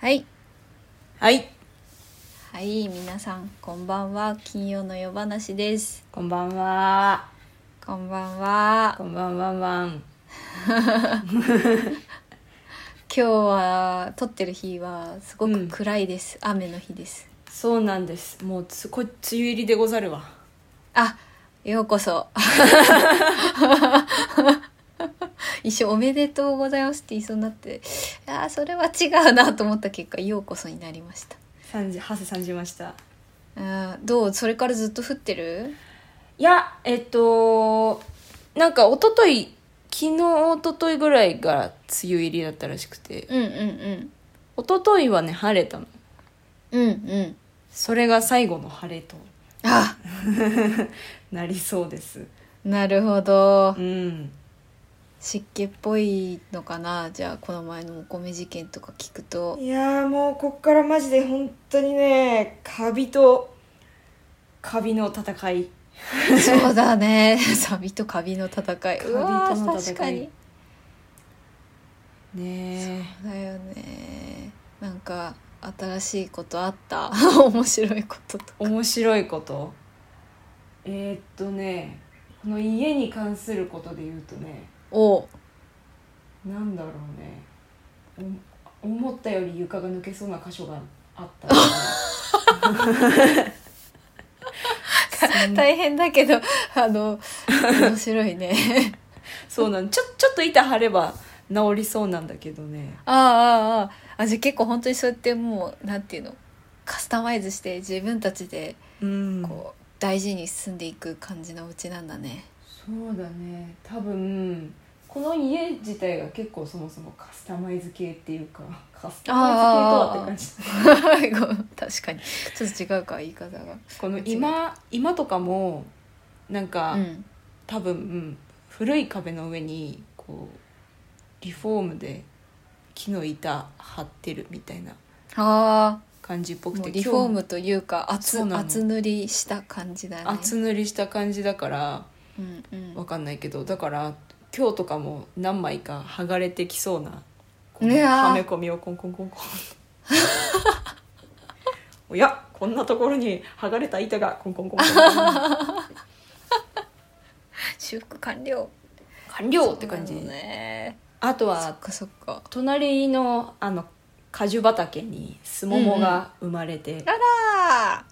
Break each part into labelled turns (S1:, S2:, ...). S1: はい、
S2: はい、
S1: はい、皆さん、こんばんは。金曜の夜話です。
S2: こんばんは。
S1: こんばんは。
S2: こんばんはんばん。
S1: 今日は撮ってる日はすご
S2: う
S1: く
S2: ん
S1: 暗いです。雨の日です。
S2: そうなんです。もうつこ梅雨入りでござるわ。
S1: あ、ようこそ。 一緒おめでとうございますって言いそうになって、あーそれは違うなと思った結果、ようこそになりました。
S2: 三時、汗三じました。
S1: あーどうそれからずっと降ってる
S2: いや、えっと、なんか一昨日、昨日一昨日ぐらいが梅雨入りだったらしくて、
S1: うんうん
S2: 一昨日はね晴れたの。
S1: うん。うんうん。
S2: それが最後の晴れと
S1: あ、
S2: なりそうです。
S1: なるほど
S2: う。ん。
S1: 湿気っぽいのかなじゃあこの前のお米事件とか聞くと
S2: いやーもうこっからマジで本当にね、カビとカビの戦い。
S1: そうだね サビとカビの戦いうわ
S2: カビとの
S1: ー
S2: 戦い
S1: 確かに
S2: ねえ。
S1: だよねなんか新しいことあった 面白いこととか
S2: 面白いことえーっとねこの家に関することで言うとね
S1: おう
S2: なんだろうねお思ったより床が抜けそうな箇所があったそ ん
S1: 大変だけど あの面白いね
S2: そうなんちょちょっと板張れば治りそうなんだけどね
S1: ああああああじゃあ結構本当にそうやってもうなんていうのカスタマイズして自分たちで
S2: うん
S1: こう、大事に進んでいく感じのうちなんだね
S2: そうだね多分この家自体が結構そもそもカスタマイズ系っていうかカスタマイズ系とはって感
S1: は
S2: じ
S1: いごめん確かにちょっと違うか言い方が
S2: この今今とかもなんか、
S1: うん
S2: 多分、うん、古い壁の上にこうリフォームで木の板張ってるみたいな
S1: あ
S2: 感じっぽ
S1: あ
S2: く
S1: も
S2: て
S1: うリフォー
S2: 今
S1: ムというか厚
S2: そうなの
S1: 厚塗りした感じだ
S2: 日
S1: ね
S2: も厚塗りした感じだから
S1: うんうん
S2: わかんないけどだから今日とかも何枚か剥がれてきそうなこの
S1: うわー
S2: はめ込みをコンコンコンコン おやこんなところに剥がれた板がコンコンコンコ ンコン
S1: 修復完了
S2: 完了って感じ、
S1: そうだね
S2: あと
S1: そ
S2: は
S1: っかそっか
S2: 隣のあの果樹畑にスモモが生まれて、
S1: あら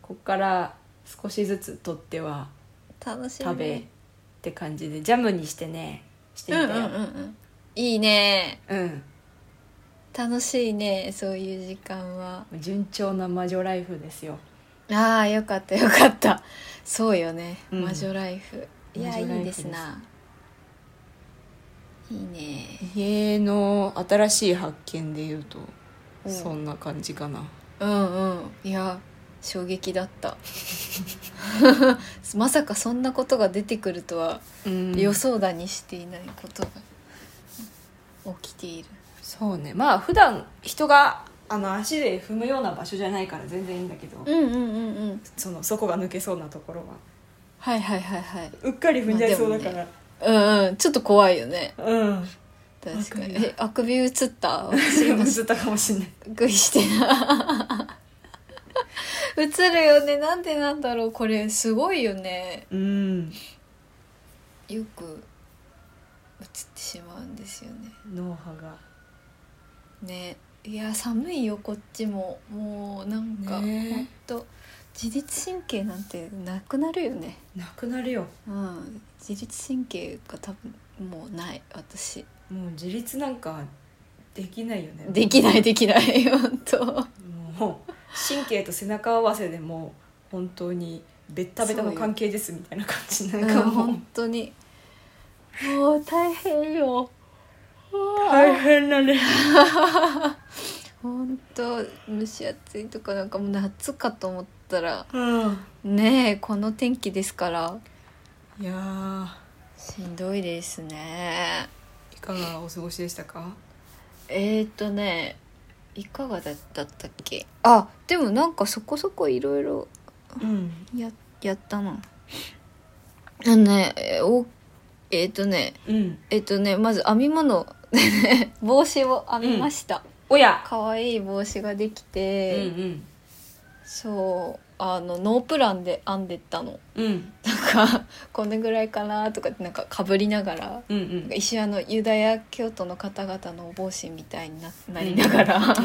S2: こっから少しずつ取っては
S1: ー楽しみ
S2: 食べって感じでジャムにしてねしてみ
S1: う
S2: た
S1: ん
S2: よ
S1: うんうんうんいいね
S2: うん
S1: 楽しいねそういう時間は
S2: 順調な魔女ライフですよ
S1: ああよかったよかったそうよね、
S2: うん
S1: 魔女ライフいや
S2: 魔女ライフ
S1: いいですないいね
S2: 家の新しい発見でいうと
S1: うん
S2: そんな感じかな
S1: うんうんいや衝撃だった まさかそんなことが出てくるとは
S2: うん
S1: 予想だにしていないことが起きている、
S2: そうねまあ普段人があの足で踏むような場所じゃないから全然いいんだけど、
S1: うん、うんうんうん
S2: その底が抜けそうなところは
S1: はいはいはいはいう
S2: っかり踏んじゃいそうだか
S1: ま
S2: ら、
S1: うんうんちょっと怖いよね
S2: うん
S1: 確かに
S2: あくび
S1: えあくび映った私今
S2: ずったかもしんない
S1: ぐいして な映るよねなんでなんだろうこれすごいよね
S2: うん
S1: よく映ってしまうんですよね
S2: 脳波が
S1: ねいや寒いよこっちももうなんか、
S2: ねえ
S1: ほんと自律神経なんてなくなるよね
S2: なくなるよ
S1: うん自律神経が多分もうない私
S2: もう自立なんかできないよね
S1: できないできない 本当
S2: もう神経と背中合わせでもう本当にベッタベタの関係ですみたいな感じなん
S1: う
S2: か
S1: ん
S2: もう
S1: 本当にもう大変よ
S2: 大変だね
S1: 本当蒸し暑いとかなんかもう夏かと思ったら
S2: うん
S1: ねえこの天気ですから
S2: いやー
S1: しんどいですね
S2: いかがお過ごしでしたか
S1: えー、とねいかがだったっけあでもなんかそこそこいろいろ
S2: うん
S1: ややったなあのねえーおえー、とね
S2: うん
S1: えっ、とねまず編み物帽子を編みました、
S2: おおや
S1: 可愛い帽子ができ
S2: うん
S1: て、
S2: うん
S1: そうあのノープランで編んでったの
S2: うん
S1: なんかこのぐらいかなとかってなんかかぶりながら
S2: うんう
S1: なんんか一瞬あのユダヤ教徒の方々のお帽子みたいにななりながら、あ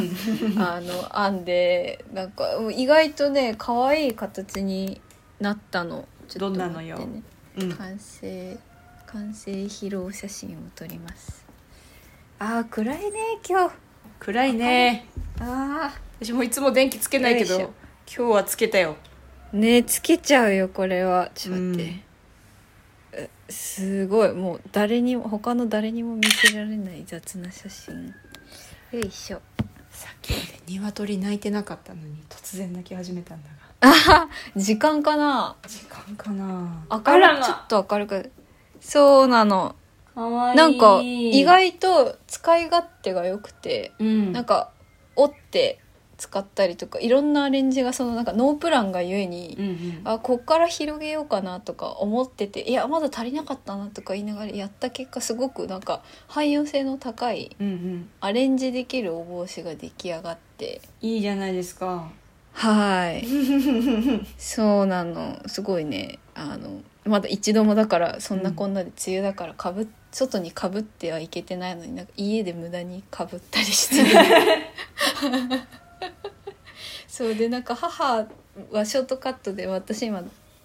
S1: の編んでなんかうん意外とね可愛い形になったのちょっと待ってね
S2: どんなのようん
S1: 完成完成披露写真を撮りますあー暗いね今日
S2: 暗いね
S1: あ
S2: 私もいつも電気つけないけど
S1: よ
S2: 今日はつけたよ
S1: ーねつけちゃうよこれはちょっと待って、
S2: うん
S1: すごいもう誰にも他の誰にも見せられない雑な写真よいしょ
S2: さっきまで鶏鳴いてなかったのに突然鳴き始めたんだが
S1: 時間かな
S2: 時間かな
S1: 明る
S2: あら
S1: くちょ
S2: ま
S1: っと明るくそうなの
S2: かわいい
S1: なんか意外と使い勝手が良くて
S2: うん
S1: なんか折って使ったりとかいろんなアレンジがそのなんかノープランがゆえに
S2: うんうん
S1: あこっから広げようかなとか思ってていやまだ足りなかったなとか言いながらやった結果すごくなんか汎用性の高い
S2: うんうん
S1: アレンジできるお帽子が出来上がって
S2: いいじゃないですか
S1: はいそうなのすごいねあのまだ一度もだからそんなこんなで梅雨だからかぶっ、外にかぶってはいけてないのになんか家で無駄にかぶったりして そうでなんか母はショートカットで私今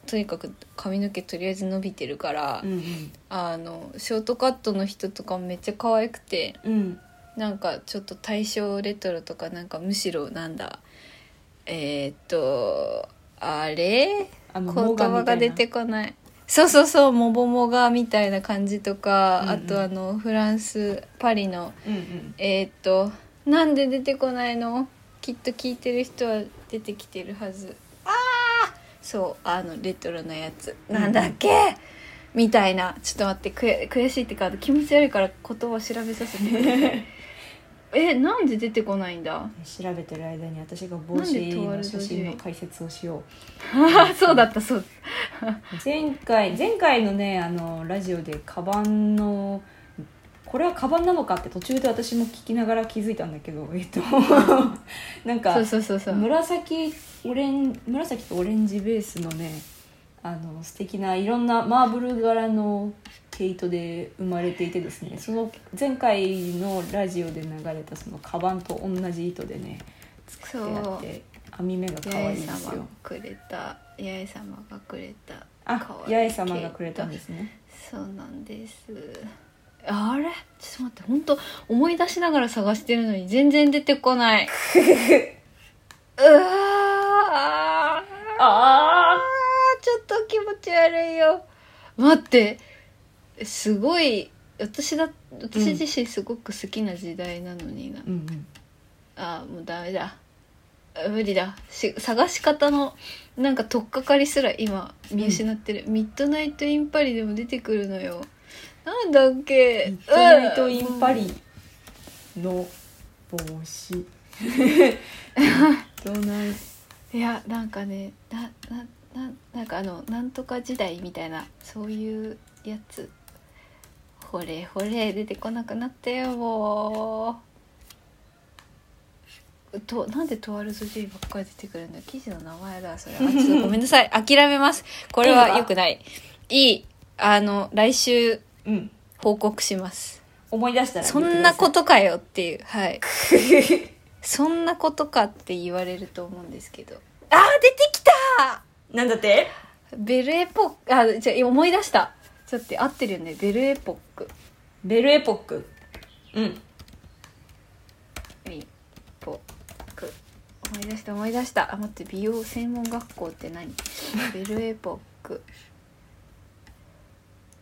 S1: とにかく髪の毛とりあえず伸びてるから、
S2: うんうん
S1: あのショートカットの人とかめっちゃ可愛くて。
S2: うん
S1: なんかちょっと大正レトロとかなんかむしろなんだえーっとあれ
S2: あ
S1: 言
S2: の
S1: 葉が出てこないそうそうそうもぼもがみたいな感じとか、
S2: うんうん
S1: あとあのフランスパリの
S2: うんうん
S1: えーっとなんで出てこないのきっと聞いてる人は出てきてるはずああそうあのレトロなやつ
S2: うん
S1: なんだっけ、みたいなちょっと待ってくや悔しいってか気持ち悪いから言葉を調べさせてくださ いえなんで出てこないんだ
S2: 調べてる間に私が帽
S1: なんで
S2: 子
S1: トワル
S2: の
S1: ド
S2: 写真の解説をしよう
S1: あそうだったそうだっ
S2: 前回前回のねあのラジオでカバンのこれはカバンなのかって途中で私も聞きながら気づいたんだけどえっと なん
S1: た
S2: か
S1: そうそうそうそう
S2: 紫オレン紫とオレンジベースのねあの素敵ないろんなマーブル柄の毛糸で生まれていてですねその前回のラジオで流れたそのカバンと同じ糸でね作ってあって編み目が可
S1: 八
S2: 愛
S1: 重
S2: いんです
S1: 様
S2: よ
S1: が。くれた八重様がくれた
S2: あ
S1: 可愛い
S2: 八重様がくれたんですね。
S1: そうなんですあれちょっと待って本当思い出しながら探してるのに全然出てこない うわー
S2: ああ
S1: ちょっと気持ち悪いよ待ってすごい私だ私自身すごく好きな時代なのにな、
S2: うんうん
S1: あーもうダメだ無理だし探し方のなんか取っかかりすら今見失ってる、ミッドナイト・イン・パリでも出てくるのよなんだっけ
S2: ミッドナイト・
S1: うん
S2: イン・パリの帽子 ミッドナイ
S1: いやなんかねななななんかあのなんとか時代みたいなそういうやつほれほれ出てこなくなったよもうとなんでトワルズ J ばっかり出てくるんだ記事の名前だそれあちょっとごめんな さい諦めますこれは良くないいいあの来週
S2: トうん
S1: 報告します
S2: 思い出したら
S1: そんなこととかよっていうはいそんなことかって言われると思うんですけどあー出てきた
S2: なんだって
S1: ベルエポックあじゃ思い出したちょっと待って合ってるよねベルエポック
S2: ベルエポックうん
S1: ベルエポック思い出した思い出したあ待って美容専門学校って 何ベルエポック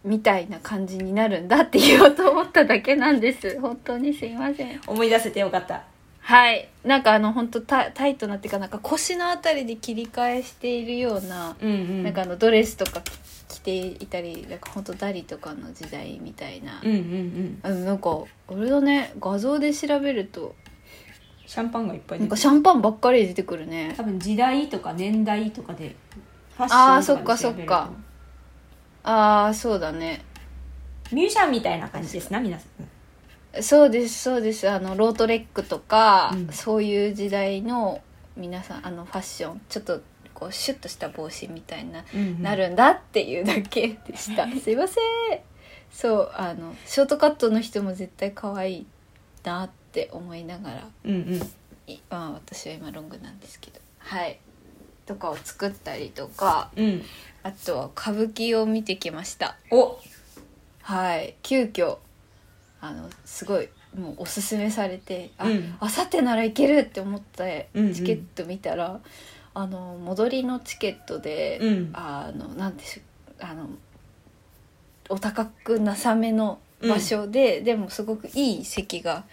S1: みたいな感じになるんだって言おうと思っただけなんです本当にすいません
S2: 思い出せてよかった
S1: はいなんかあの本当タタイトなっていうかなんか腰のあたりで切り返しているような
S2: うんうん
S1: なんかあのドレスとか着ていたりなんか本当ダリとかの時代みたいな、
S2: うんうんうん
S1: あのなんかあれだね画像で調べると
S2: シャンパンがいっぱい
S1: な
S2: 出
S1: ん
S2: て
S1: か
S2: る
S1: シャンパンばっかり出てくるね
S2: 多分時代とか年代とかでファッシ
S1: あ
S2: ョ
S1: ー
S2: ンとかで
S1: そっか
S2: 調べる
S1: そっかああそうだね
S2: ミュージシャンみたいな感じですな皆さん
S1: そうですそうですあのロートレックとか、
S2: うん
S1: そういう時代の皆さんあのファッションちょっとこうシュッとした帽子みたいな、なるんだっていうだけで した、すいませんそうあのショートカットの人も絶対可愛いなって思いながら
S2: うんうん
S1: いまあ私は今ロングなんですけどはいとかを作ったりとか
S2: うん
S1: あとは歌舞伎を見てきました
S2: お
S1: はい急遽あのすごいもうおすすめされてあ
S2: うん
S1: あさってならいけるって思って
S2: うんうん
S1: チケット見たら、あの戻りのチケットで、
S2: うん
S1: あのなんでしょうあのお高くなさめの場所で、でもすごくいい席が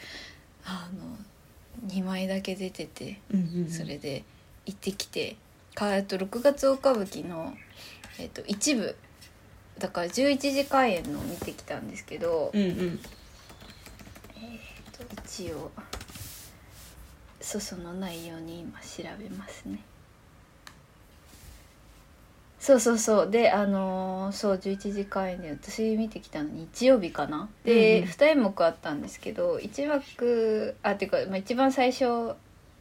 S1: あの2枚だけ出てて
S2: うんうん
S1: それで行ってきて、かえっと6月大歌舞伎の、えっと、一部だから11時開演のを見てきたんですけど、
S2: うんうん
S1: 一応そその内容に今調べますねそうそうそうであのーそう11時間演で私見てきたの日曜日かなで、
S2: うんうん
S1: 2演目あったんですけど1幕あっていうか、まあ、一番最初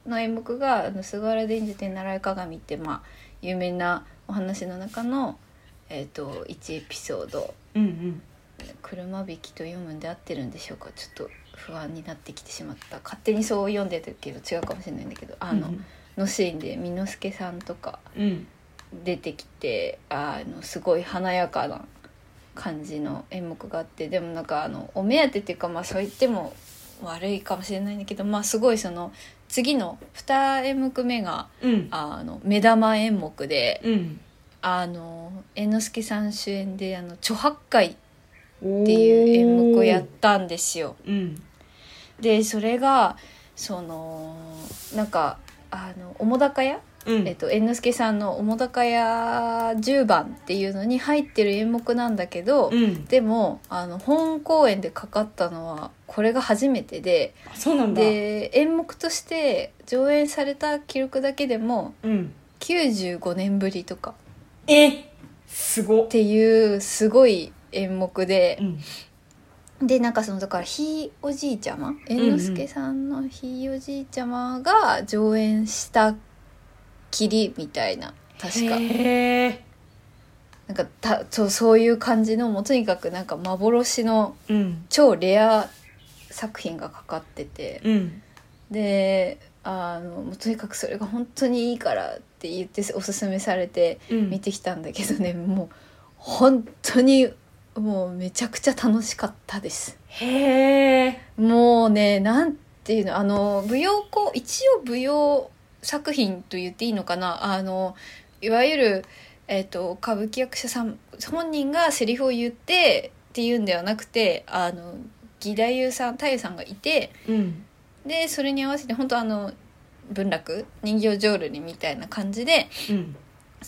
S1: の演目が「あの菅原伝授天習い鏡」ってまあ有名なお話の中の、えー、と1エピソード
S2: うん
S1: 車引きと読むんで合ってるんでしょうかちょっと不安になってきてしまった勝手にそう読んでたけど違うかもしれないんだけどあの,、のシーンで美之助さんとか
S2: うん
S1: 出てきてあのすごい華やかな感じの演目があってでもなんかあのお目当てっていうかまあそう言っても悪いかもしれないんだけどまあすごいその次の2演目目が
S2: うん
S1: あの目玉演目で
S2: うん
S1: あの猿之助さん主演で「あの著八戒」
S2: っ
S1: っていう演目をやったんですよ。
S2: うん
S1: でそれがそのなんかあの澤高屋、
S2: うん
S1: えっと、猿之助さんの澤高屋10番っていうのに入ってる演目なんだけど、
S2: うん
S1: でもあの本公演でかかったのはこれが初めてで
S2: あそうなんだ
S1: で演目として上演された記録だけでも
S2: うん
S1: 95年ぶりとか
S2: えすごっ
S1: っていうすごい演目で
S2: う。ん
S1: でなんかそのだからひいおじいちゃま猿之助さんのひいおじいちゃまが上演したきりみたいな確か
S2: へえ
S1: なんかたそうそういう感じのもうとにかくなんか幻の
S2: うん
S1: 超レア作品がかかってて
S2: うん
S1: であのもうとにかくそれが本当にいいからって言っておすすめされて
S2: うん
S1: 見てきたんだけどねもう本当にもうめちゃくちゃ楽しかったです。
S2: へえ
S1: もうねなんていうのあの舞踊こ一応舞踊作品と言っていいのかなあのいわゆる、えっと歌舞伎役者さん本人がセリフを言ってっていうんではなくてあの義太夫さん太夫さんがいて
S2: うん
S1: でそれに合わせて本当あの文楽人形浄瑠璃みたいな感じで
S2: うん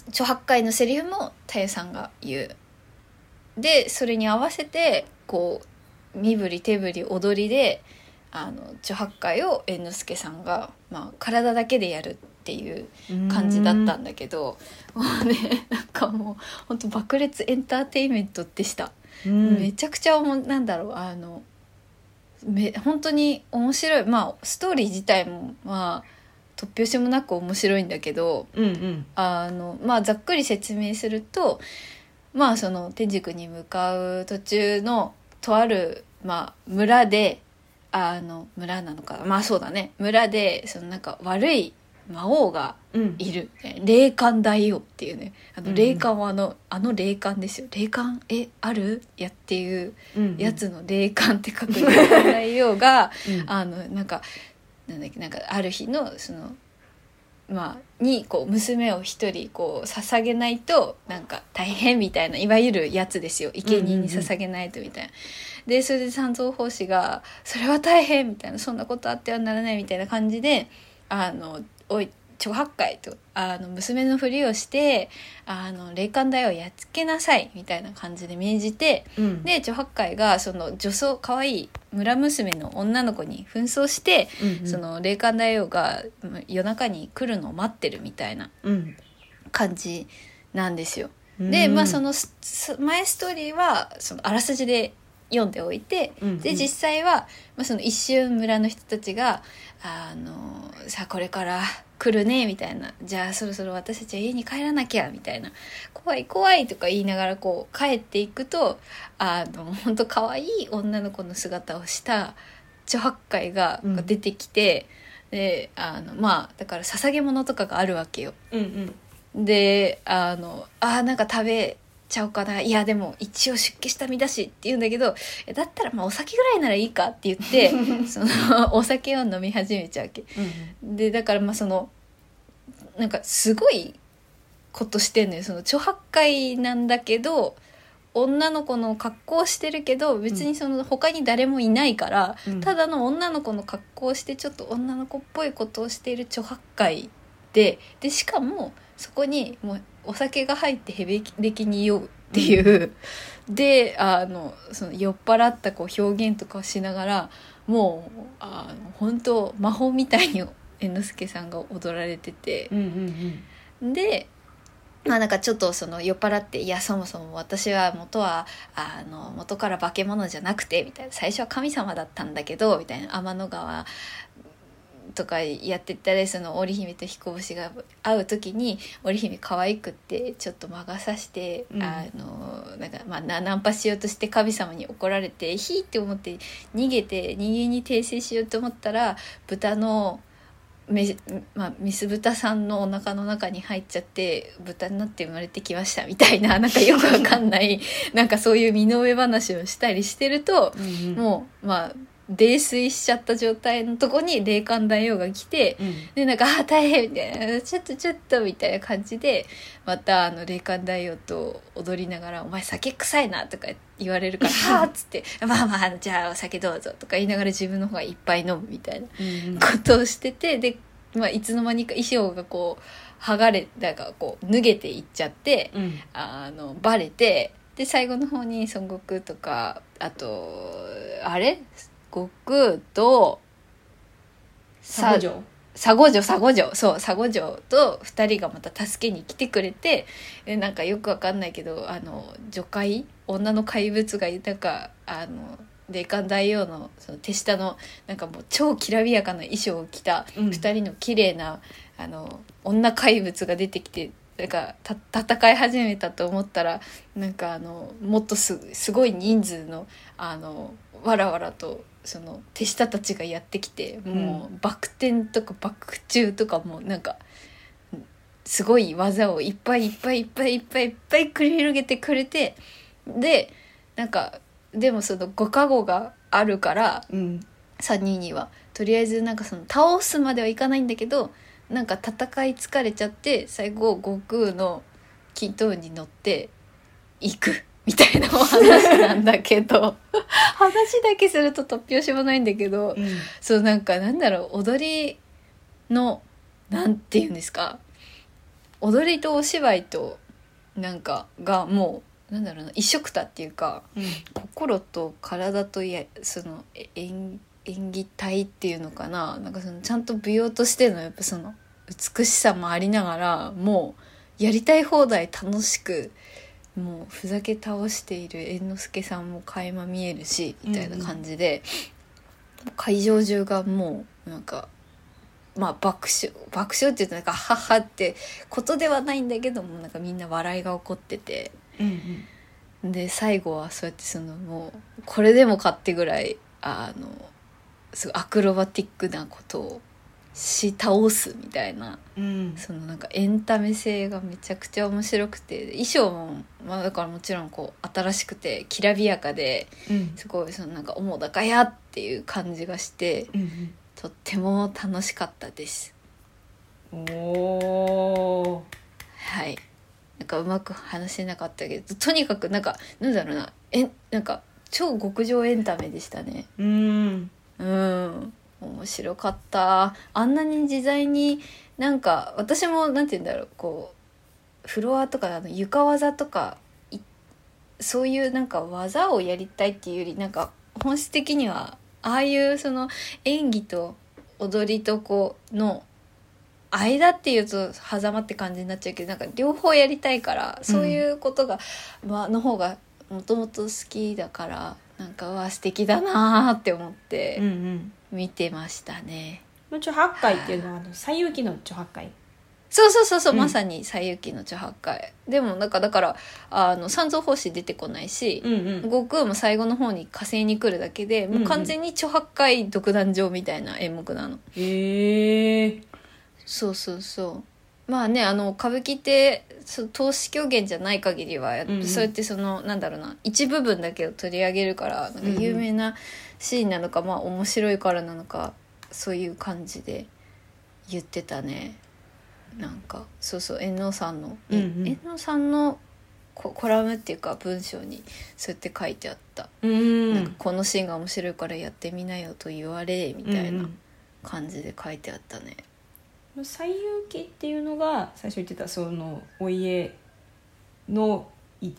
S1: 著八戒のセリフも太夫さんが言う。でそれに合わせてこう身振り手振り踊りであの著八戒を猿之助さんが、まあ、体だけでやるっていう感じだったんだけどもうねなんかもうほんと爆裂エンターテインメントでした。
S2: う ん
S1: めちゃくちゃおもなんだろうあのめ本当に面白いまあストーリー自体もまあ突拍子もなく面白いんだけど。
S2: うんうん
S1: あのまあざっくり説明するとまあその天竺に向かう途中のとある、まあ、村であの村なのかなまあそうだね村でそのなんか悪い魔王が
S2: うん
S1: いる霊感大王っていうねあ
S2: うんう
S1: の
S2: ん
S1: 霊感はあの、あの霊感ですよ霊感えあるやっていう
S2: うん
S1: やつの霊感って 書く霊感大王が
S2: うん
S1: あのなんかなんだっけなんかある日のそのまあにこう娘を一人こう捧げないとなんか大変みたいないわゆるやつですよ生贄に捧げないとみたいな。でそれで三蔵法師が「それは大変」みたいな「そんなことあってはならない」みたいな感じであのおい著八戒とあの娘のふりをしてあの霊感大をやっつけなさいみたいな感じで命じて、
S2: うん
S1: で著八戒がその女装可愛い村娘の女の子に紛争して、
S2: うん
S1: その霊感大王がま夜中に来るのを待ってるみたいな
S2: うん
S1: 感じなんですよ。
S2: うん
S1: で、まあそのすす前ストーリーはそのあらすじで読んでおいて
S2: うんうん
S1: で実際は、まあ、その一周村の人たちが「あのさあこれから来るね」みたいな「じゃあそろそろ私たちは家に帰らなきゃ」みたいな「怖い怖い」とか言いながらこう帰っていくとあの本当可愛い女の子の姿をした女八海が
S2: うん
S1: 出てきて、であのまあだから捧げ物とかがあるわけよ。
S2: うんうん
S1: であのあーなんか食べちゃおうかないやでも一応出家した身だしって言うんだけどえだったらまあお酒ぐらいならいいかって言ってそのお酒を飲み始めちゃうわけでだからまあそのなんかすごいことしてんのよその著白会なんだけど女の子の格好してるけど別にその他に誰もいないから、
S2: うん
S1: ただの女の子の格好をしてちょっと女の子っぽいことをしている著白会ででしかもそこにもうお酒が入ってへべれきに酔うっていう、であのその酔っ払ったこう表現とかをしながらもうあの本当魔法みたいに猿之助さんが踊られてて。
S2: うんうん
S1: でまあなんかちょっとその酔っ払って「いやそもそも私は元はあの元から化け物じゃなくて」みたいな「最初は神様だったんだけど」みたいな天の川とかやってたりその織姫と彦星が会う時に織姫可愛くってちょっと魔が差して、
S2: うん
S1: あのなんか、まあ、なナンパしようとして神様に怒られて「ひ」って思って逃げて人間に訂正しようと思ったら豚のめ、まあ、ミス豚さんのお腹の中に入っちゃって豚になって生まれてきましたみたいななん かよくわかんないなんかそういう身の上話をしたりしてると
S2: うんうん
S1: もうまあ泥酔しちゃった状態のとこに霊感大王が来て
S2: うん
S1: でなんか「あー大変」みたいな「ちょっとちょっと」みたいな感じでまたあの霊感大王と踊りながら「お前酒臭いな」とか言われるから 「はあ」っつって「まあまあじゃあお酒どうぞ」とか言いながら自分の方がいっぱい飲むみたいな。
S2: うんうん
S1: ことをしててで、まあ、いつの間にか衣装がこう剥がれだからこう脱げていっちゃって
S2: うん
S1: あのバレてで最後の方に孫悟空とかあとあれ悟空と
S2: サ
S1: さ
S2: ブジョ
S1: 佐護城佐護城そう佐護城と2人がまた助けに来てくれてでなんかよくわかんないけどあの女怪女の怪物がなんかあの霊感大王のその手下のなんかもう超きらびやかな衣装を着た
S2: うん
S1: 2人の綺麗なあの女怪物が出てきてなんかた戦い始めたと思ったらなんかあのもっとすすごい人数のあのわらわらとその手下たちがやってきてもうバク転とかバク宙とかもうなんかすごい技をいっぱいいっぱいいっぱいいっぱいいっぱい繰り広げてくれてでなんかでもそのご加護があるから
S2: うん
S1: 3人にはとりあえずなんかその倒すまではいかないんだけどなんか戦い疲れちゃって最後悟空の筋トに乗って行くみたいなお話なんだけど話だけすると突拍子もないんだけど
S2: うん
S1: そうなんかなんだろう踊りのなんて言うんですか踊りとお芝居となんかがもうなんだろうな一緒くたっていうか。
S2: う
S1: 心と体とやそのえ演演技体っていうのかななんかそのちゃんと美容としてのやっぱその美しさもありながらもうやりたい放題楽しくもうふざけ倒している猿之助さんも垣間見えるしみたいな感じで、会場中がもうなんか。まあ、爆笑爆笑って言うとなんか「はっは」ってことではないんだけどもなんかみんな笑いが起こってて
S2: んうん
S1: で最後はそうやってそのもうこれでもかってぐらいあのすごいアクロバティックなことをし倒すみたいな
S2: うん
S1: そのなんかエンタメ性がめちゃくちゃ面白くて衣装も、まあ、だからもちろんこう新しくてきらびやかで
S2: うん
S1: すごいそのなんか面高やっていう感じがして
S2: うん
S1: とっても楽しかったです。
S2: うんおー
S1: はい。なんかうまく話せなかったけど、とにかくなんか、なんだろうな、え、なんか超極上エンタメでしたね。
S2: うん
S1: うん。面白かった。あんなに自在に、なんか私もなんて言うんだろう、こう、フロアとかあの床技とか、いそういうなんか技をやりたいっていうより、なんか本質的には、ああいうその演技と踊りとこうの間っていうと狭間って感じになっちゃうけどなんか両方やりたいからそういうことが、まあの方がもともと好きだからなんかうわ素敵だなーって思っ
S2: うんう
S1: て
S2: ん
S1: 見てましたね、
S2: の著八戒っていうのはあの西遊記の著八戒
S1: そうそうそうそう、
S2: うん
S1: まさに「西遊記の著八戒」でもなんかだからあの三蔵法師出てこないし、
S2: うんうん
S1: 悟空も最後の方に火星に来るだけでもう完全に著八戒独壇場みたいな演目なの、
S2: へえ
S1: そうそうそうまあねあの歌舞伎ってそう投資狂言じゃない限りは、
S2: んうん
S1: そうやってそのなんだろうな一部分だけを取り上げるからなん
S2: うんう
S1: か
S2: ん
S1: 有名なシーンなのか、まあ面白いからなのかそういう感じで言ってたねなんかそうそう猿之さんの、え
S2: うんうん
S1: 猿之さんのココラムっていうか文章にそうやって書いてあった、
S2: うー
S1: なんか
S2: ん
S1: このシーンが面白いからやってみなよと言われみたいな感じで書いてあったね。
S2: うん西遊記っていうのが最初言ってたそのお家の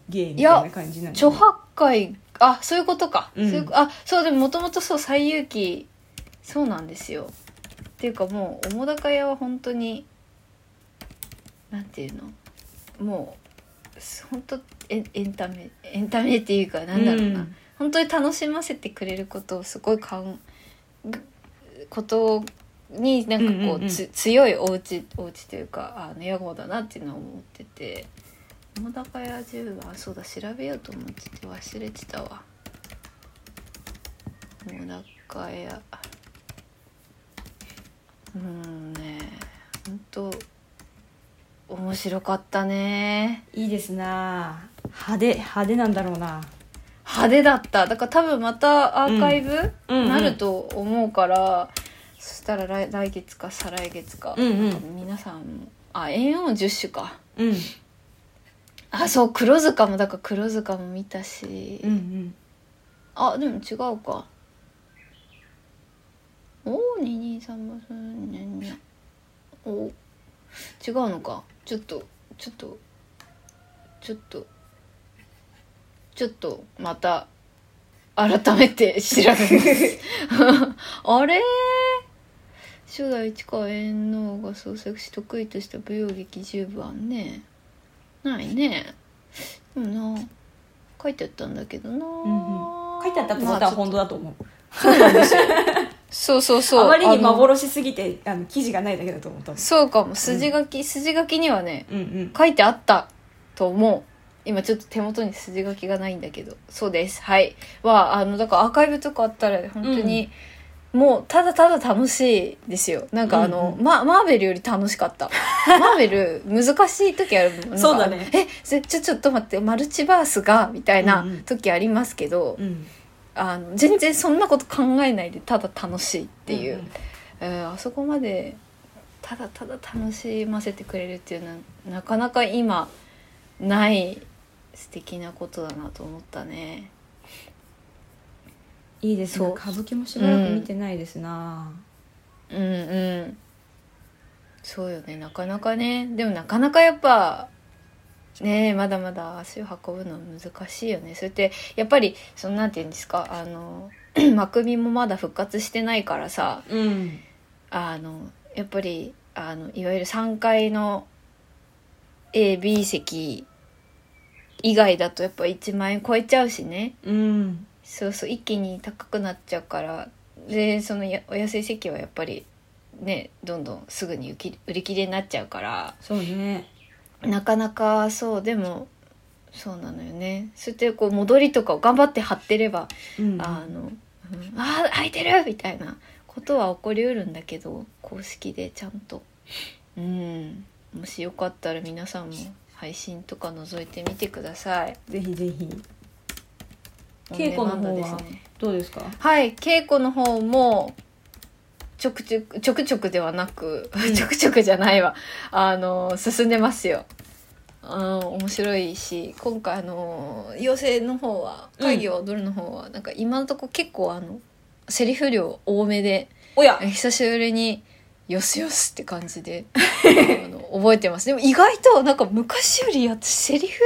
S2: 芸みたいな感じなんだ
S1: 著
S2: ね
S1: 八戒あそういうことか、
S2: うん
S1: そういうこあそうでももともとそう「西遊記」そうなんですよっていうかもう澤瀉屋は本当になんていうのもうす本当エンエンタメエンタメっていうかなんだろうな、
S2: うん
S1: 本当に楽しませてくれることをすごいかんぐことになんかこう,、
S2: うんうんうん
S1: つ強いお家お家というかあの屋号だなっていうのは思ってて澤高屋十番そうだ調べようと思ってて忘れてたわ澤高屋うんね本当面白かったね
S2: いいですなあ派手派手なんだろうな
S1: 派手だっただから多分またアーカイブ、
S2: うんうん
S1: なると思うから、そしたら来来月か再来月か,、
S2: うんうん
S1: なんか皆さんもあ円王十種か
S2: うん
S1: あそう黒塚もだから黒塚も見たし、
S2: うんうん
S1: あでも違うかおお2235ねんねお違うのかちょっとちょっとちょっとちょっとまた改めて調べますあれ初代市川猿之が創作し得意とした舞踊劇10番ねないねでもな書いてあったんだけどな、
S2: ん書いてあったってこ
S1: ま
S2: とは
S1: あちょっ
S2: 本当だと思う、
S1: そうそうそう
S2: あまりに
S1: の
S2: 幻すぎてあの記事がないだけだと思った
S1: そうかも筋書き、筋書きにはね
S2: うんうん
S1: 書いてあったと思う今ちょっと手元に筋書きがないんだけどそうですはいはあのだからアーカイブとかあったら本当に、もうただただ楽しいですよなんかあの、
S2: うん
S1: まマーベルより楽しかった マーベル難しい時あるもんなんか
S2: そうだね
S1: えちょちょっと待ってマルチバースがみたいな
S2: うんうん
S1: 時ありますけど、
S2: うん
S1: あの全然そんなこと考えないでただ楽しいっていう、えーあそこまでただただ楽しませてくれるっていうのはなかなか今ない素敵なことだなと思ったね
S2: いいですね
S1: そう
S2: 歌舞伎もしばらく見てないですな、
S1: うんうんそうよねなかなかねでもなかなかやっぱねえまだまだ足を運ぶのは難しいよねそれってやっぱりそのなんて言うんですかあの 幕見もまだ復活してないからさ、
S2: うん
S1: あのやっぱりあのいわゆる3階の AB 席以外だとやっぱ1万円超えちゃうしね
S2: うん
S1: そうそう一気に高くなっちゃうからでそのやお安い席はやっぱりねどんどんすぐに売り売り切れになっちゃうから
S2: そうね
S1: なかなかそうでもそうなのよねそうやってこう戻りとかを頑張って張ってれば
S2: うん
S1: あの、うんあー空いてるみたいなことは起こりうるんだけど公式でちゃんとうんもしよかったら皆さんも配信とか覗いてみてください
S2: ぜひぜひ稽古の方
S1: オ
S2: は
S1: ンデマンドですね
S2: どうですか
S1: はい稽古の方もちょくちょくちょくちょくではなく、
S2: うん
S1: ちょくちょくじゃないわあの進んでますようん面白いし今回あの養成の方は
S2: うん
S1: 会議を踊るの方は、なんか今のとこ結構あのセリフ量多めで
S2: おや
S1: 久しぶりによしよしって感じであの覚えてますでも意外となんか昔より私セリフ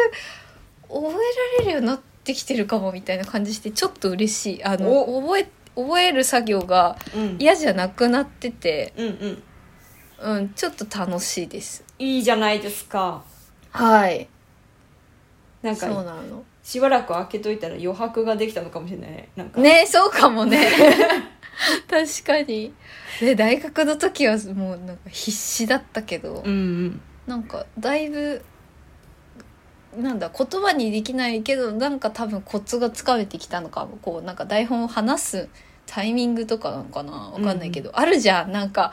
S1: 覚えられるようになってきてるかもみたいな感じしてちょっと嬉しいあの覚え覚える作業が
S2: うん
S1: 嫌じゃなくなってて、
S2: うんうん
S1: うん、ちょっと楽しいです
S2: いいじゃないですか
S1: はい
S2: なん
S1: そう
S2: か
S1: なの
S2: しばらく開けといたら余白ができたのかもしれないねなんか
S1: ねそうかもね確かにで大学の時はもうなんか必死だったけど、
S2: うんうん
S1: なんかだいぶなんだ言葉にできないけどなんか多分コツがつかめてきたのかもこうなんか台本を話すタイミングとかなのかなわかんないけど、あるじゃんなんか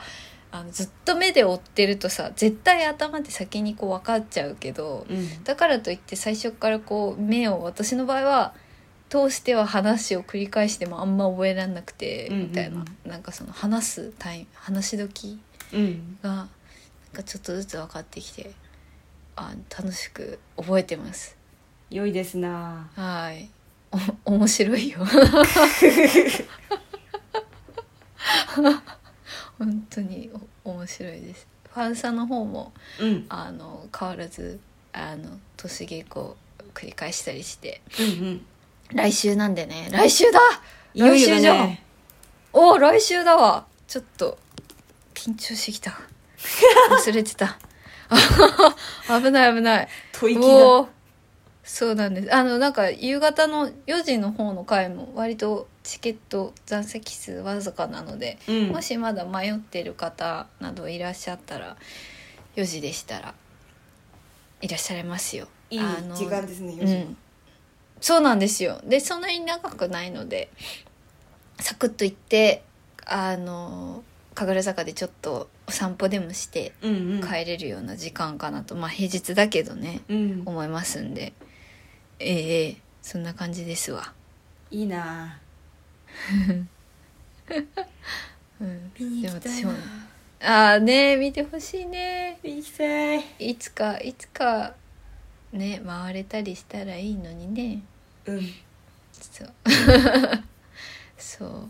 S1: あのずっと目で追ってるとさ絶対頭で先にこう分かっちゃうけど
S2: うん
S1: だからといって最初からこう目を私の場合は通しては話を繰り返してもあんま覚えられなくて
S2: うんうんうん
S1: みたいな、なんかその話すタイミング話し時
S2: うん
S1: がなんかちょっとずつ分かってきてあ楽しく覚えてます
S2: 良いですな
S1: はいお面白いよ本当にお面白いですファンサの方も
S2: うんうん
S1: あの変わらずあの年稽古を繰り返したりして
S2: うん
S1: 来週なんでね来週だ
S2: いよいよ
S1: 来週じ
S2: だ
S1: ゃん
S2: ね
S1: おー来週だわちょっと緊張してきた忘れてた危ない危ない
S2: 吐息が
S1: おーそうなんですあのなんか夕方の4時の方の回も割とチケット座席数わずかなので、
S2: うん
S1: もしまだ迷ってる方などいらっしゃったら4時でしたらいらっしゃいますよ
S2: いい
S1: あの
S2: 時間ですね
S1: う
S2: 4時
S1: ん、そうなんですよでそんなに長くないのでサクッと行ってあの神楽坂でちょっとお散歩でもして
S2: うんうん
S1: 帰れるような時間かなと、まあ平日だけどね
S2: うん
S1: 思いますんでええそんな感じですわ、
S2: いいな
S1: うん、
S2: 見に行きたい
S1: でも
S2: な
S1: 私もああね見てほしいね
S2: 見に行きたい
S1: いつかいつかね回れたりしたらいいのにね
S2: うん
S1: そう そう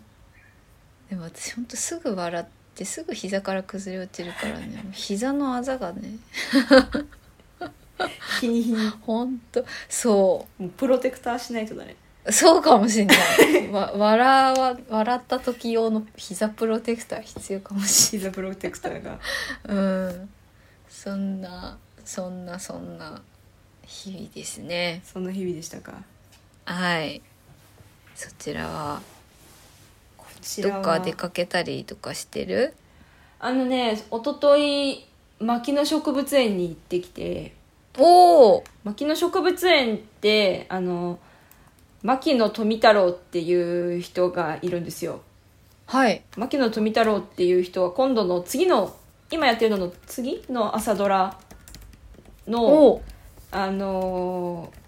S1: でも私ほんとすぐ笑ってすぐ膝から崩れ落ちるからねもう膝のあざがね
S2: 日に日に
S1: ほんとそ
S2: もうプロテクターしないとだね
S1: うそうかもしんないわ笑わ笑った時用の膝プロテクター必要かもし
S2: 膝プロテクターが
S1: れないうんそんなそんなそんな日々ですね
S2: そんな日々でしたか
S1: はいそちらは
S2: こちら
S1: ど
S2: は
S1: っか出かけたりとかしてる
S2: あのね一昨日牧野植物園に行ってきて
S1: おお
S2: 牧野植物園ってあの牧野富太郎っていう人がいるんですよ
S1: はい
S2: 牧野富太郎っていう人は今度の次の今やってるのの次の朝ドラの
S1: お
S2: あのー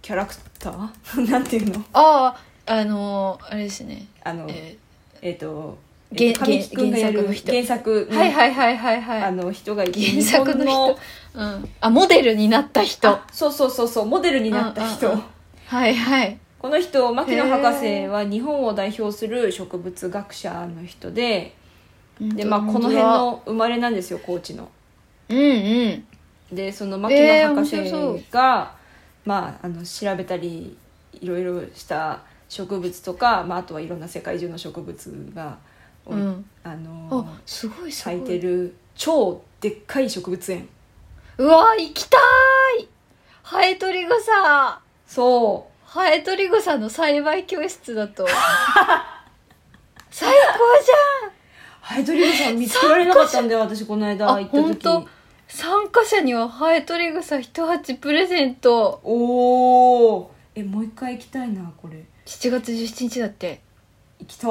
S2: キャラクター なんていうの
S1: あああのーあれですね、
S2: あの
S1: え
S2: えっ、と
S1: げ
S2: えっと神木君がやる
S1: 原作の人
S2: 原作
S1: ーはい
S2: い
S1: はいはいはいは
S2: あ
S1: い
S2: の人がいて
S1: 原作の
S2: 日本
S1: 人うん、あモデルになった人
S2: あそうそうそうそうモデルになった人
S1: うんうんうんはいはい
S2: この人牧野博士は日本を代表する植物学者の人でで、まあ、この辺の生まれなんですよ高知の。
S1: うんうん
S2: でその牧野博士が、まあ、あの調べたりいろいろした植物とか、まあ、あとはいろんな世界中の植物が、お
S1: う
S2: い
S1: ん
S2: あの
S1: あすごいすごい
S2: 咲いてる超でっかい植物園
S1: うわ行きたーいハエトリグサ
S2: そ
S1: ハエトリグサの栽培教室だ と最高
S2: うハエトリグサ見つけられなかったんだよ私この間
S1: あ
S2: 行った
S1: 本
S2: 時
S1: 当じゃん参加者にはハエトリグサ一鉢プレゼント
S2: おおえもう一回行きたいなこれ
S1: 7月17日だって
S2: 行きた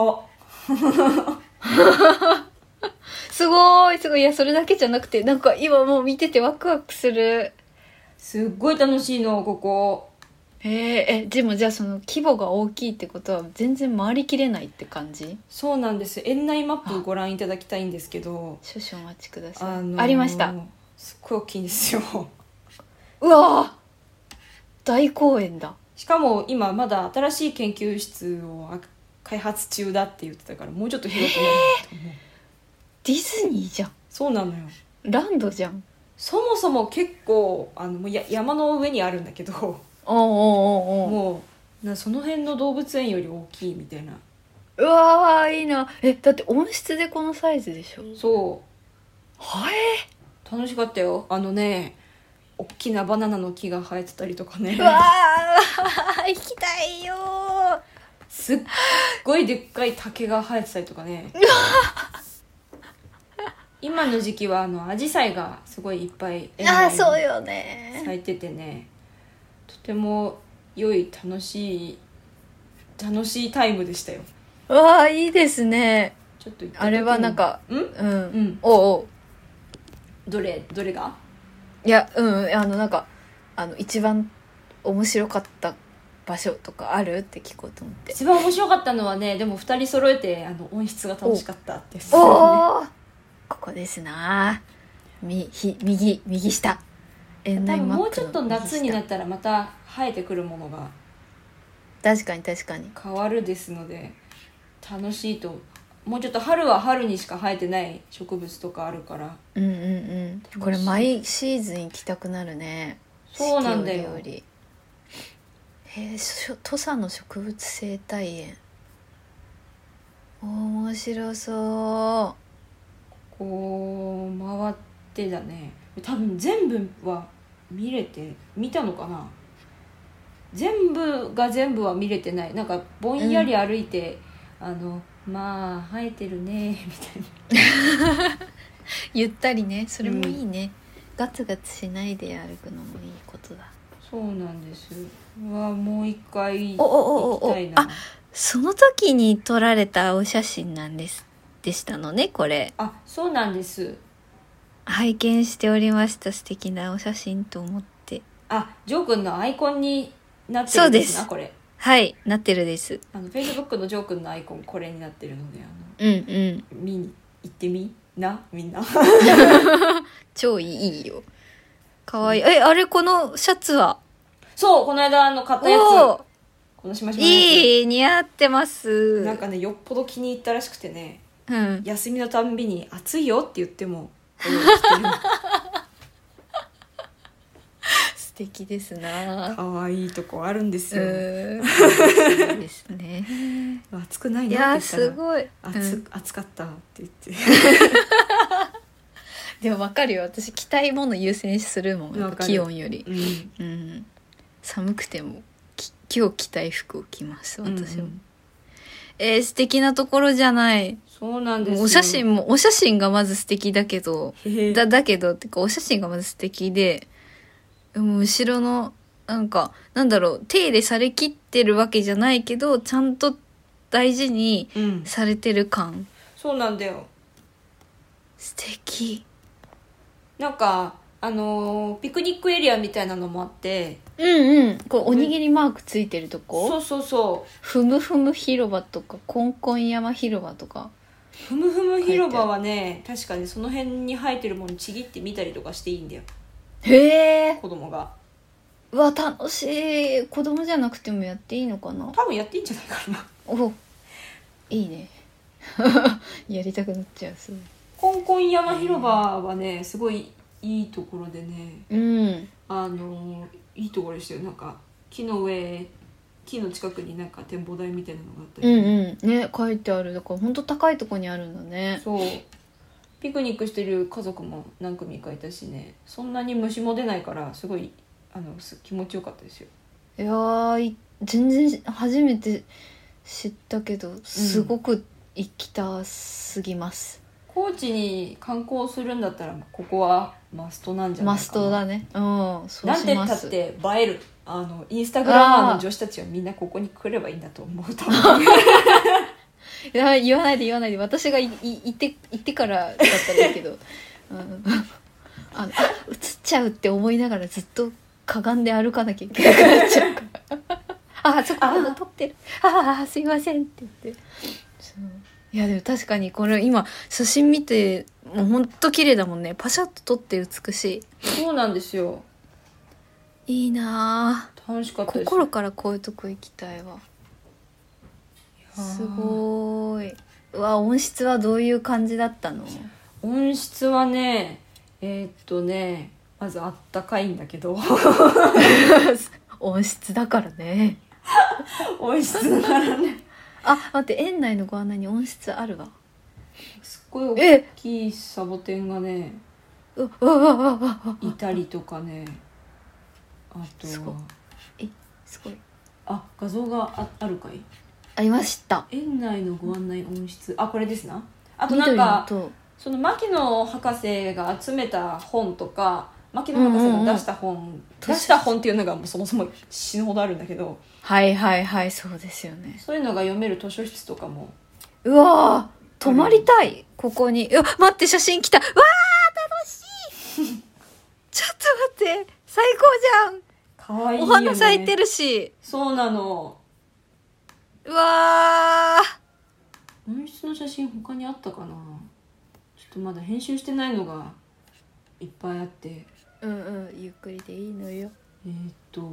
S1: すごいすごいいやそれだけじゃなくてなんか今もう見ててワクワクする
S2: すっごい楽しいのここ
S1: へええでもじゃあその規模が大きいってことは全然回りきれないって感じ
S2: そうなんです園内マップご覧いただきたいんですけど
S1: 少々お待ちくださいあ,、
S2: あのー
S1: りました
S2: すっごい大きいんですよ
S1: うわー大公園だ
S2: しかも今まだ新しい研究室をあ開発中だって言ってたからもうちょっと広くなると思う
S1: ディズニーじゃん
S2: そうなのよ
S1: ランドじゃん
S2: そもそも結構あのもうや山の上にあるんだけど
S1: おうおうおうおう
S2: もうなその辺の動物園より大きいみたいな
S1: うわーいいなえだって温室でこのサイズでしょ
S2: そ
S1: は
S2: う楽しかったよあのね大きなバナナの木が生えてたりとかね
S1: えうわ行きたいよ
S2: すっごいでっかい竹が生えてたりとかね今の時期はあのアジサイがすごいいっぱい園
S1: あ
S2: 内
S1: あ
S2: に
S1: そうよね
S2: 咲いててねとても良い楽しい楽しいタイムでしたよ
S1: わあいいですね
S2: ちょっと行った時に
S1: あれはなんか
S2: ん
S1: うん、
S2: ん
S1: おうおう
S2: どれどれが
S1: いやうんうんあのなんかあの一番面白かった場所とかあるって聞こうと思って
S2: 一番面白かったのはねでも2人揃えてあの音質が楽しかったって
S1: お
S2: ね
S1: おーここですなみひ右右下園
S2: 多
S1: 内
S2: 分
S1: マ
S2: も
S1: ッ
S2: う
S1: プ
S2: ち
S1: の
S2: ょっと夏
S1: 右
S2: に
S1: 下
S2: なったらまた生えてくるものが
S1: 確かに確かに
S2: 変わるですので楽しいともうちょっと春は春にしか生えてない植物とかあるから
S1: うんうんうんこれ毎シーズン行きたくなるね
S2: そうなんだよ
S1: 四季折々へえしょ土佐の植物生態園面白そ
S2: こう回ってだね多分全部は見れて見たのかな全部が全部は見れてないなんかぼんやり歩いて、あのまあ生えてるねみたいな
S1: うゆったりねそれもいいね、ガツガツしないで歩くのもいいことだ
S2: そうなんですうわもう一回
S1: おお
S2: 行
S1: おお
S2: き
S1: お
S2: たいな
S1: その時に撮られたお写真なんですでしたのねこれ
S2: あそうなんです
S1: 拝見しておりました素敵なお写真と思って
S2: あジョー君のアイコンになって
S1: そ
S2: る
S1: うんで
S2: ですすなこれ
S1: はいなってるです
S2: あのフェイスブックのジョー君のアイコンこれになってるのであ
S1: う
S2: の
S1: んうん
S2: 見に行ってみなみんな
S1: 超いいよかわいいえあれこのシャツは
S2: そう、この間あの買ったやつ。
S1: おお
S2: このしましまのやつ。
S1: いい似合ってます
S2: なんかね、よっぽど気に入ったらしくてね、
S1: うん
S2: 休みのたんびに暑いよって言っても、これを着てる
S1: 素敵ですな
S2: 可愛いとこあるんです
S1: う
S2: よ。
S1: んそうですね
S2: 暑く ない
S1: い
S2: の
S1: やー
S2: って言
S1: す
S2: ったら、
S1: ごい、う
S2: 暑、
S1: ん
S2: 暑かったって言って。
S1: でもわかるよ私着たいもの優先するもんやっ
S2: わ
S1: ぱ
S2: かる
S1: 気温より
S2: うん。
S1: うん、寒くてもき今日着たい服を着ます私も、
S2: うんうん
S1: えー素敵なところじゃない
S2: そうなんですよ。
S1: お写真もお写真がまず素敵だけど
S2: へへ
S1: だだけどってかお写真がまず素敵でもう後ろのなんかなんだろう手入れされきってるわけじゃないけどちゃんと大事に
S2: うん。
S1: されてる感
S2: そうなんだよ。
S1: 素敵
S2: なんか、あのーピクニックエリアみたいなのもあって、
S1: うんうんこうおにぎりマークついてるとこ、
S2: そうそうそ
S1: ふむふむ広場とかこんこん山広場とか
S2: う。ふむふむ広場はね、確かにその辺に生えてるものちぎって見たりとかしていいんだよ、
S1: へえ
S2: 子供が。
S1: うわ楽しい子供じゃなくてもやっていいのかな
S2: 多分やっていいんじゃないかな
S1: おいいね やりたくなっちゃうすごい
S2: コンコン山広場はねすごいいいところでね
S1: うん
S2: あのいいところでしたよなんか木の上木の近くになんか展望台みたいなのがあった
S1: う
S2: り、
S1: んうんね書いてあるだから本当高いとこにあるんだね
S2: そうピクニックしてる家族も何組かいたしねそんなに虫も出ないからすごいあのす気持ちよかったですよ
S1: いやーい全然初めて知ったけどすごく行きたすぎます、
S2: 高知に観光するんだったらここはマストなんじゃないかな
S1: マストだねうんそう
S2: なん
S1: してま
S2: 言ったっ
S1: す
S2: て映えるあのインスタグラマーの女子たちはみんなここに来ればいいんだと思う多分
S1: いや言わないで言わないで私がいい行って行ってからだったらいいけ ど、うん、あのあ映っちゃうって思いながらずっとかがんで歩かなきゃいけなくなっちゃうから ああそこでも撮ってるああすいませんって言ってそういやでも確かにこれ今写真見てもうほんと綺麗だもんねパシャッと撮って美し
S2: そうなんですよ
S1: いいいなあ
S2: 楽しかったです
S1: 心からこういうとこ行きたいわす
S2: い
S1: ごーいうわ音質はどういう感じだったの
S2: 音質はねえーっとねまずあったかいんだけど
S1: 音質だからね
S2: 音質ならね
S1: あ待って園内のご案内に音質あるわ
S2: すっごい大
S1: え
S2: きいサボテンがね
S1: ううわうわうわうわうわ
S2: いたりとかねあと
S1: すごい
S2: は
S1: すごい
S2: あ画像がああるかい
S1: ありました
S2: 園内のご案内音質あこれですなあとなん
S1: 緑の
S2: か
S1: と
S2: その牧野博士が集めた本とか牧野博士が出した本、出した本っていうのがもうそもそも死ぬほどあるんだけど
S1: はいはいはいそうですよね
S2: そういうのが読める図書室とかも
S1: うわー泊まりたいここにうわ待って写真来たうわー楽しい ちょっと待って最高
S2: かわい
S1: じゃん
S2: いよ、
S1: お
S2: ね、
S1: 花咲いてるし
S2: そうなの
S1: うわー
S2: 音質の写真他にあったかなちょっとまだ編集してないのがいっぱいあって
S1: うんうんゆっくりでいいのよ
S2: えーっと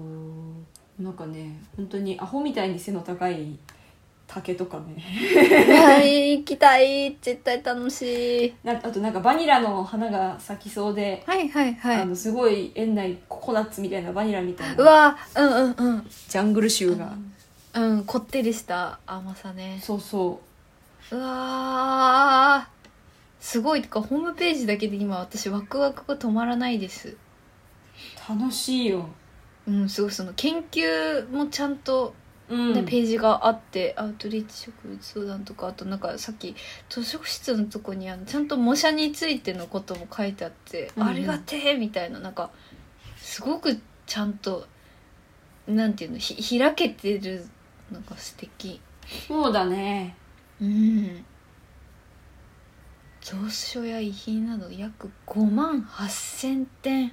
S2: なんかね本当にアホみたいに背の高い竹とかね
S1: はい行きたい絶対楽しい
S2: なあとなんかバニラの花が咲きそうで、
S1: はいはいは
S2: あ
S1: い
S2: のすごい園内ココナッツみたいなバニラみたいうな
S1: わーうんうんうん
S2: ジャングル臭が、
S1: うんこってりした甘さね
S2: そうそう
S1: わーすごいてかホームページだけで今私ワクワクが止まらないです
S2: う楽しいよ、
S1: うんすごいその研究もちゃんと、
S2: うん
S1: ねページがあってアウトリーチ食物相談とかあとなんかさっき図書室のとこにあのちゃんと模写についてのことも書いてあって、
S2: うんうん
S1: ありがてえみたいななんかすごくちゃんとなんていうのひ開けてるのが素敵
S2: そうだね
S1: うん蔵書や遺品など約5万8,000点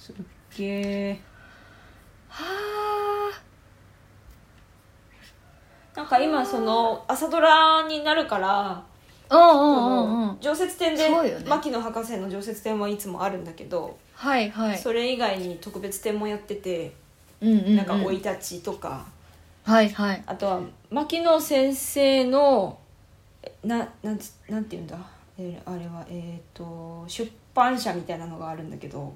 S2: すっげえ
S1: はあ
S2: なんか今その朝ドラになるから
S1: うんうんうんうん
S2: その常設展で、
S1: そうよね
S2: 牧野博士の常設展はいつもあるんだけど、
S1: はいはい
S2: それ以外に特別展もやってて、
S1: うんうんうん
S2: なんか生い立ちとか
S1: はいはい
S2: あとは牧野先生のえななんつなんていうんだ、えーあれはえっ、と出版社みたいなのがあるんだけど
S1: おう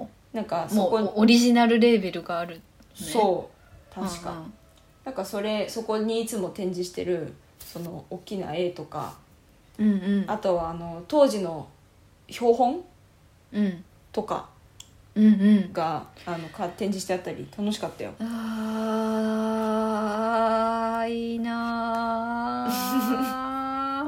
S1: おう
S2: なんか
S1: おう
S2: そ
S1: も
S2: こ
S1: うおオリジナルレーベルがある、ね、
S2: そう確か、
S1: うん
S2: なんかそれそこにいつも展示してるその大きな絵とか
S1: うんうん
S2: あとはあの当時の標本
S1: うん
S2: とか
S1: うんうん
S2: があのか展示してあったり楽しかったよ
S1: あーいいな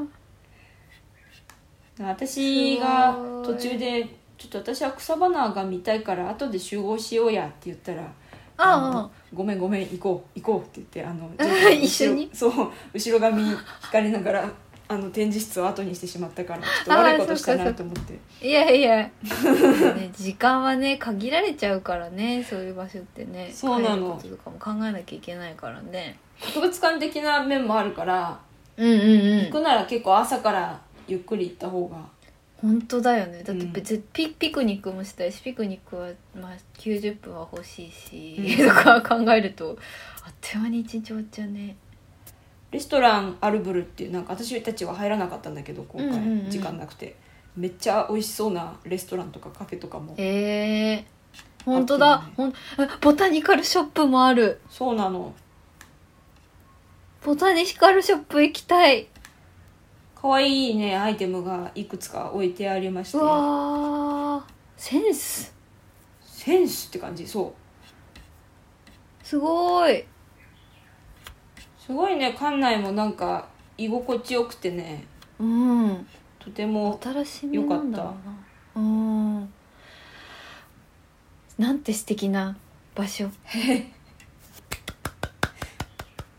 S1: ー
S2: 私が
S1: すごい
S2: 途中で「ちょっと私は草花が見たいから後で集合しようや」って言ったら「
S1: あ
S2: あの
S1: あ
S2: ごめんごめん行こう行こう」って言って あの
S1: 一緒に
S2: そう後ろ髪引かれながらあの展示室を後にしてしまったからちょっと
S1: あー
S2: 悪いことした
S1: そっかそ
S2: な
S1: っか
S2: と思って
S1: いやい や、ね、時間はね限られちゃうからねそういう場所ってね
S2: そうなの
S1: 帰ることとかも考えなきゃいけないからね
S2: 博物館的な面もあるから
S1: うんうんう
S2: 行
S1: ん
S2: くなら結構朝からゆっくり行った方が
S1: 本当だよねだって
S2: うん
S1: 別、ピピクニックもしたいしピクニックは、まあ、90分は欲しいし、
S2: うん
S1: とか考えるとあっという間に一日終わっちゃうね
S2: レストランアルブルっていうなんか私たちは入らなかったんだけど今回、
S1: うんうんうん
S2: 時間なくてめっちゃ美味しそうなレストランとかカフェとかも
S1: ええ本当だ、
S2: あっ
S1: ほんあボタニカルショップもある
S2: そうなの
S1: ボタニカルショップ行きたい
S2: 可愛いねアイテムがいくつか置いてありまし
S1: う
S2: て
S1: わーセンス
S2: センスって感じそう
S1: すごい
S2: すごいね館内もなんか居心地よくてね
S1: うん
S2: とても
S1: 新しみなんだろうなうんなんて素敵な場所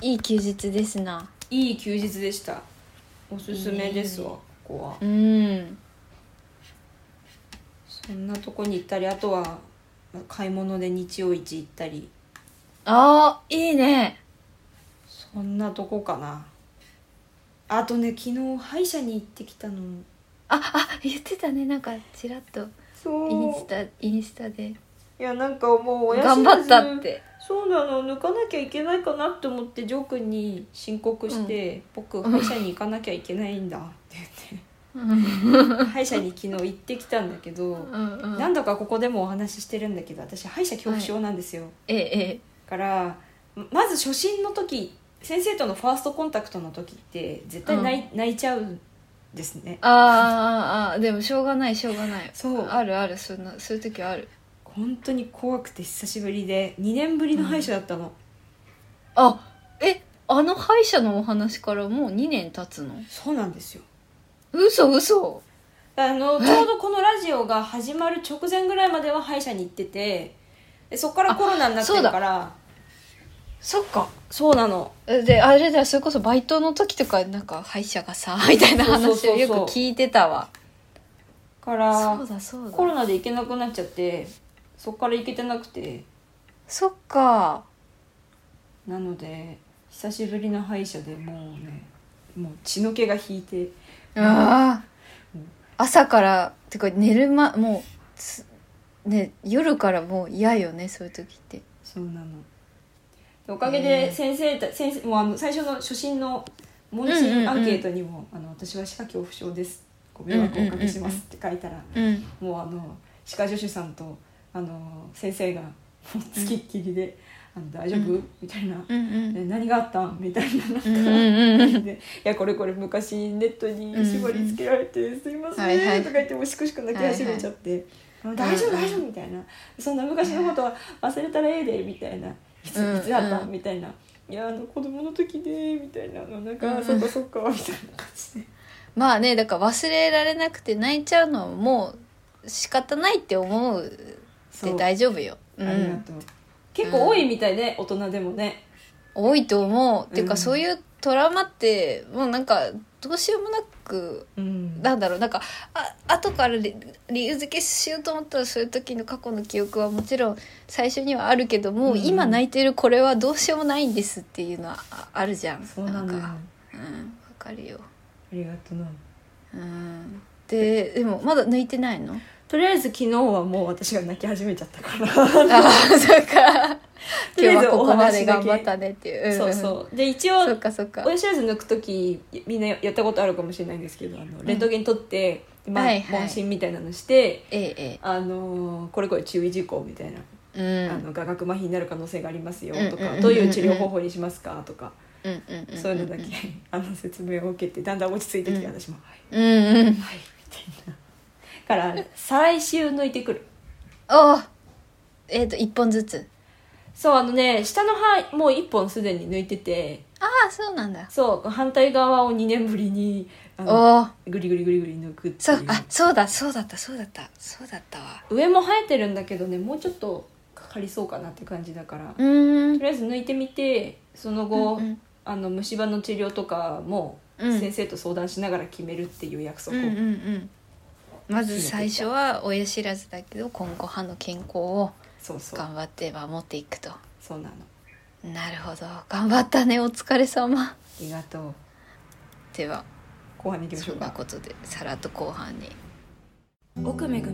S1: いい休日ですない
S2: い休日でしたおすすめですわここは
S1: うん
S2: そんなとこに行ったりあとは買い物で日曜市行ったり
S1: あーいいね
S2: そんなとこかなあとね昨日歯医者に行ってきたの
S1: ああ言ってたねなんかちらっと
S2: そ
S1: インスタインスタで
S2: いやなんかもう親
S1: 頑張ったって
S2: そうなの抜かなきゃいけないかなって思ってジョー君に申告して、僕歯医者に行かなきゃいけないんだって
S1: うん
S2: 言って歯医者に昨日行ってきたんだけど、
S1: うんうん
S2: 何度かここでもお話ししてるんだけど私歯医者恐怖症なんですよ、
S1: ええ
S2: からままず初診の時先生とのファーストコンタクトの時って絶対泣い,、泣いちゃうんですね
S1: あーあーあーでもしょうがないしょうがない
S2: そう
S1: あるあるそんなそういう時はある
S2: こ本当に怖くて久しぶりで2年ぶりの歯医者だったの、
S1: あえあの歯医者のお話からもう2年経つの
S2: そうなんですよ
S1: 嘘嘘
S2: あのちょうどこのラジオが始まる直前ぐらいまでは歯医者に行っててでそこからコロナになってるから
S1: そっか
S2: そうなの
S1: であれだそれこそバイトの時とかなんか歯医者がさみたいな話をよく聞いてたわ
S2: から
S1: だそう
S2: コロナで行けなくなっちゃってそこから行けてなくて
S1: そっか
S2: なので久しぶりの歯医者でもうねもう血の気が引いて
S1: あー朝からてか寝る間もうつね夜からもう嫌よねそういう時って
S2: そうなのでおかげで
S1: えー
S2: 先生た、先生もうあの最初の初診の
S1: う
S2: 問
S1: んうんうん
S2: 診アンケートにも「あの私は歯科恐怖症です」「ご迷惑をおかけします」って書いたら
S1: うん
S2: もうあの歯科助手さんとあの先生がもう付きっきりで「あの大丈夫
S1: うん
S2: みたいな
S1: うんう
S2: 「
S1: ん
S2: え何があったん?」みたいななんか。
S1: うんうんうん
S2: で「いやこれこれ昔ネットに縛り付けられてすいませ
S1: はいはい
S2: ん」とか言ってもうしくしく泣き始めちゃって「あの大丈夫大丈夫」みたいな「そんな昔のことは忘れたらええで」みたいな「いつ
S1: うん
S2: いつだった?」
S1: うん
S2: みたいな「いやあの子供の時で」みたいなあのなん
S1: う
S2: か
S1: ん
S2: 「そっかそっか」みたいな感じで
S1: まあねだから忘れられなくて泣いちゃうのはもう仕方ないって思う
S2: そ
S1: で
S2: うあ
S1: 大丈夫よ、う
S2: りが
S1: ん、
S2: とう結構多いみたいね大人でもね
S1: 多いと思う、っていう
S2: う
S1: か
S2: ん
S1: そういうトラウマってもうなんかどうしようもなく
S2: うん
S1: なんだろうなんかあ後から理理由付けしようと思ったらそういう時の過去の記憶はもちろん最初にはあるけども、
S2: うんうん
S1: 今泣いてるこれはどうしようもないんですっていうのはああるじゃん
S2: そうなんだよ
S1: か
S2: あ
S1: うんわかるよ
S2: りがとうな
S1: うんででもまだ抜いて ないの
S2: とりあえず昨日はもう私が泣き始めちゃったから
S1: ああそうか
S2: とり
S1: 今日
S2: あえず
S1: はここ
S2: お
S1: まで
S2: 話だ
S1: 頑
S2: け
S1: 張ったねっていう、
S2: そう
S1: う
S2: そうで一
S1: ん
S2: 応
S1: そうかそうか
S2: 親知らず抜く時みんなやったことあるかもしれないんですけどあのレントゲン取って、まあ
S1: はいはい
S2: 問診みたいなのして、
S1: ええ
S2: あのーこれこれ注意事項みたいな、
S1: ええ
S2: あの画角麻痺になる可能性がありますよ
S1: うん
S2: と
S1: うんうん
S2: か、
S1: うん
S2: どういう治療方法にしますかとか、
S1: うんうんうんうん
S2: そういうのだけ、 あの説明を受けてだんだん落ち着いてきて、
S1: うん
S2: 私も「はい
S1: うんうん
S2: はい」みたいなから再来週抜いてくる
S1: あえっ、と一本ずつ
S2: そうあのね下の歯もう1本すでに抜いてて
S1: ああそうなんだ
S2: そう反対側を2年ぶりにあの
S1: おお
S2: グリグリグリグリ抜くって
S1: そ
S2: いう
S1: うあそうだそうだったそうだったそうだったわ
S2: 上も生えてるんだけどねもうちょっとかかりそうかなって感じだから、
S1: うー
S2: と
S1: ん
S2: りあえず抜いてみてその後、
S1: うん
S2: あの虫歯の治療とかも
S1: うん
S2: 先生と相談しながら決めるっていう約
S1: うん
S2: 束
S1: う
S2: を、
S1: んうんまず最初は親知らずだけど今後歯の健康を
S2: そうそう
S1: 頑張って守っていくと
S2: そうなのあ
S1: なるほど頑張ったねお疲れ様
S2: りがとう
S1: では
S2: 後半に行きまし
S1: そ
S2: ょうんか
S1: なことでさらっと後半に
S2: 奥恵と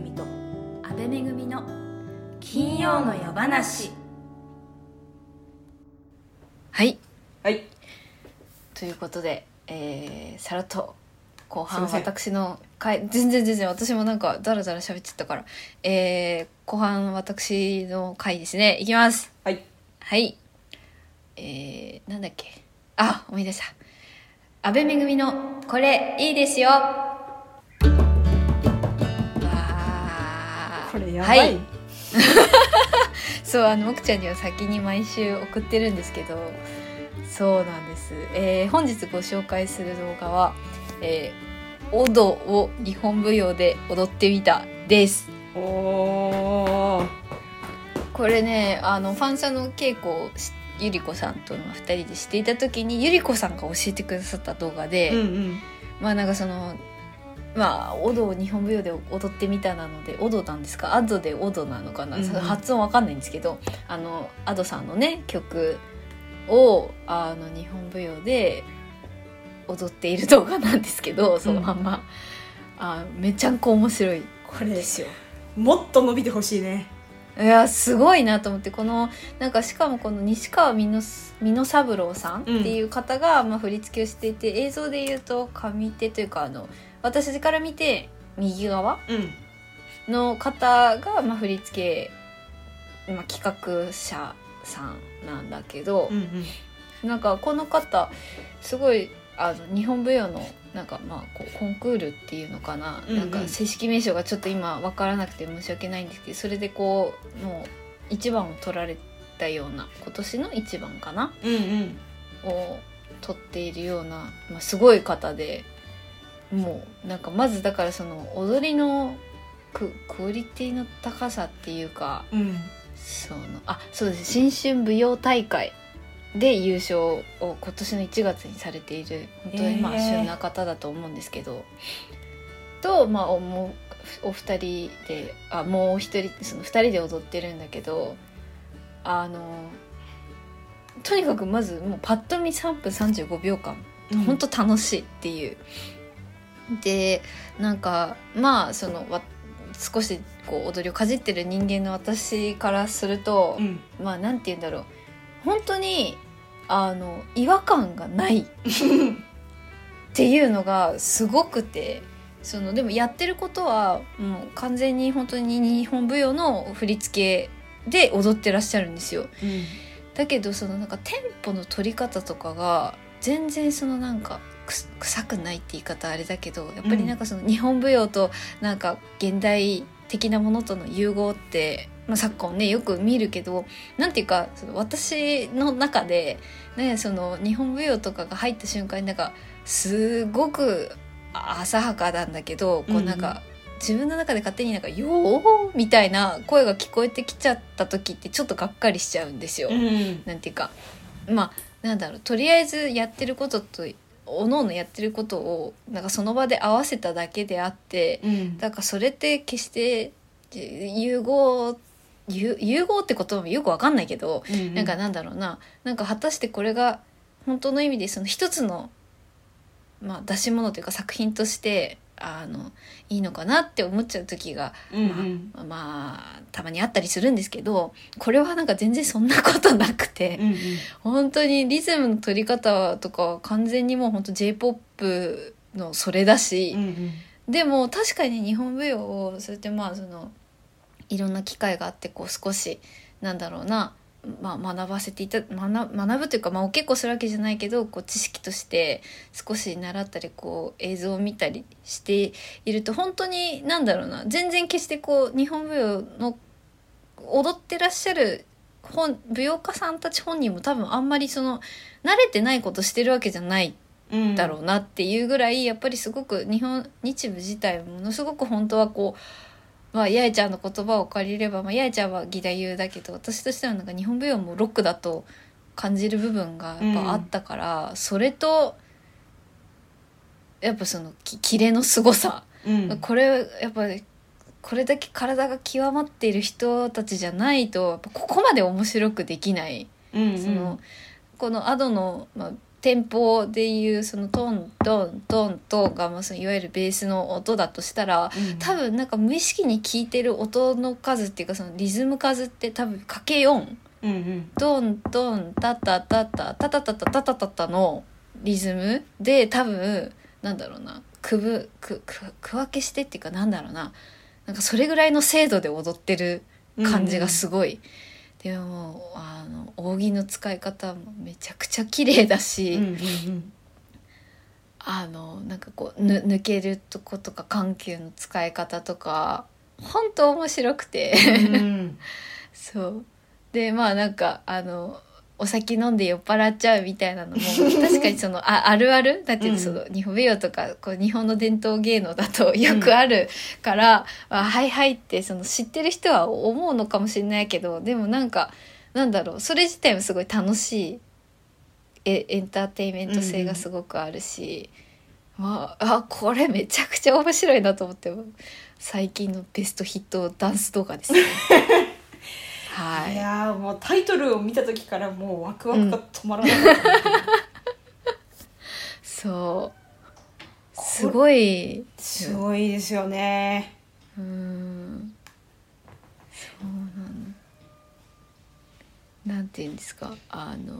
S1: 安倍恵の
S2: 金曜の夜話
S1: はい
S2: はい
S1: ということで、えー、さらっと後
S2: すい
S1: 半
S2: ません
S1: 私の回全然全然私もなんかダラダラ喋っちゃったから、えー、後半私の回ですねいきます
S2: はい
S1: はいえー、なんだっけあ思い出した阿部めぐみの「これいいですよ」わー
S2: これやばい、
S1: はそうあのもくちゃんには先に毎週送ってるんですけどそうなんです、えー本日ご紹介する動画は「えー、オドを日本舞踊で踊ってみた」です
S2: おお
S1: これねあのファンサの稽古をしゆり子さんとの2人でしていた時にゆり子さんが教えてくださった動画で、
S2: うんうん
S1: まあなんかそのまあオドを日本舞踊で踊ってみたなのでオドなんですかアドでオドなのかな、
S2: うんうん
S1: 発音わかんないんですけどあのアドさんのね曲をあの日本舞踊で踊っている動画なんですけどそのまんま、あめちゃんこ面白い
S2: こ
S1: で
S2: れ
S1: すよ。
S2: もっと伸びてほしいね
S1: いやすごいなと思ってこのなんかしかもこの西川美乃美乃三郎さんっていう方が、まあ、振り付けをしていて映像で言うと上手というかあの私から見て右側
S2: うん
S1: の方が、まあ、振り付け、まあ、企画者さんなんだけど
S2: う、ん
S1: なんかこの方すごいあの日本舞踊のなんかまあこうコンクールっていうのかな、
S3: うんうん
S1: なんか正式名称がちょっと今分からなくて申し訳ないんですけどそれでこうもう一番を取られたような今年の一番かな
S3: うんうん
S1: を取っているような、まあ、すごい方でもうなんかまずだからその踊りのククオリティの高さっていうか
S3: うん
S1: そのあそうです新春舞踊大会で優勝を今年の1月にされている本当にまあ
S3: えー
S1: 旬な方だと思うんですけど、と、まあ、おもうお二人であもうお一人その二人で踊ってるんだけどあのとにかくまずもうパッと見3分35秒間
S3: うん
S1: 本当楽しいっていう。でなんかまあそのわ少しこう踊りをかじってる人間の私からすると、
S3: うん
S1: まあなんて言うんだろう本当にあの違和感がないっていうのがすごくてそのでもやってることはもう完全に本当に日本舞踊の振り付けで踊ってらっしゃるんですよ。
S3: うん
S1: だけどそのなんかテンポの取り方とかが全然そのなんかくす臭くないって言い方あれだけどやっぱりなんかその日本舞踊となんか現代的なものとの融合って、まあ、昨今ねよく見るけどなんていうかその私の中で、ね、その日本舞踊とかが入った瞬間になんかすごく浅はかなんだけどこうなんか自分の中で勝手になんか「よー」みたいな声が聞こえてきちゃった時ってちょっとがっかりしちゃうんですよ。
S3: うん
S1: なんていうかまあなんだろうとりあえずやってることとおのおのやってることをなんかその場で合わせただけであって
S3: うん
S1: だからそれって決してえ融合融融合って言葉もよくわかんないけど、
S3: うん
S1: なんかなんだろうななんか果たしてこれが本当の意味でその一つの、まあ、出し物というか作品としてあのいいのかなって思っちゃう時が
S3: うんうん
S1: まあ、まあたまにあったりするんですけどこれはなんか全然そんなことなくて、
S3: うん
S1: 本当にリズムの取り方とかは完全にもう本当 j p o p のそれだ
S3: う
S1: し、
S3: んうん
S1: でも確かに日本舞踊をそうやってまあそのいろんな機会があってこう少しなんだろうな、まあ、学ばせていた学学ぶというか、まあ、お稽古するわけじゃないけどこう知識として少し習ったりこう映像を見たりしていると本当になんだろうな全然決してこう日本舞踊の踊ってらっしゃる本舞踊家さんたち本人も多分あんまりその慣れてないことしてるわけじゃない
S3: うん
S1: だろうなっていうぐらいやっぱりすごく日本日舞自体ものすごく本当はこう、まあ、八重ちゃんの言葉を借りれば、まあ、八重ちゃんは義太夫だけど私としてはなんか日本舞踊もロックだと感じる部分がやっぱあったから、それとやっぱそのきキレの凄さ、
S3: うん
S1: これやっぱこれだけ体が極まっている人たちじゃないとやっぱここまで面白くできない。
S3: うんうん
S1: その、このアドの、まあ、テンポでいうそのトントントントンが、まあ、そのいわゆるベースの音だとしたら
S3: うん
S1: 多分なんか無意識に聞いてる音の数っていうかそのリズム数って多分かけ4
S3: うんうん
S1: トントンタタタタタタタタタタタタのリズムで多分なんだろうな区分区区区分けしてっていうかなんだろうななんかそれぐらいの精度で踊ってる感じがすごい。でもあの扇の使い方もめちゃくちゃ綺麗だし、
S3: うんうん
S1: あのなんかこうぬ抜けるとことか緩急の使い方とか本当面白くて
S3: うんうん
S1: そうでまあなんかあのお酒飲んで酔っ払っちゃうみたい なのも確かにそのああるあるだって
S3: うん
S1: その日本舞踊とかこう日本の伝統芸能だと よくあるから、あはいはいってその知ってる人は思うのかもしれないけどでもなんかなんだろうそれ自体もすごい楽しいエエンターテインメント性がすごくあるし、まああこれめちゃくちゃ面白いなと思って最近のベストヒットダンス動画で すね。はいい
S3: やーもうタイトルを見た時からもうワクワクが止まらなかった、
S1: そうすごい
S3: すごいですよね
S1: うーんそうなのなんて言うんですかあの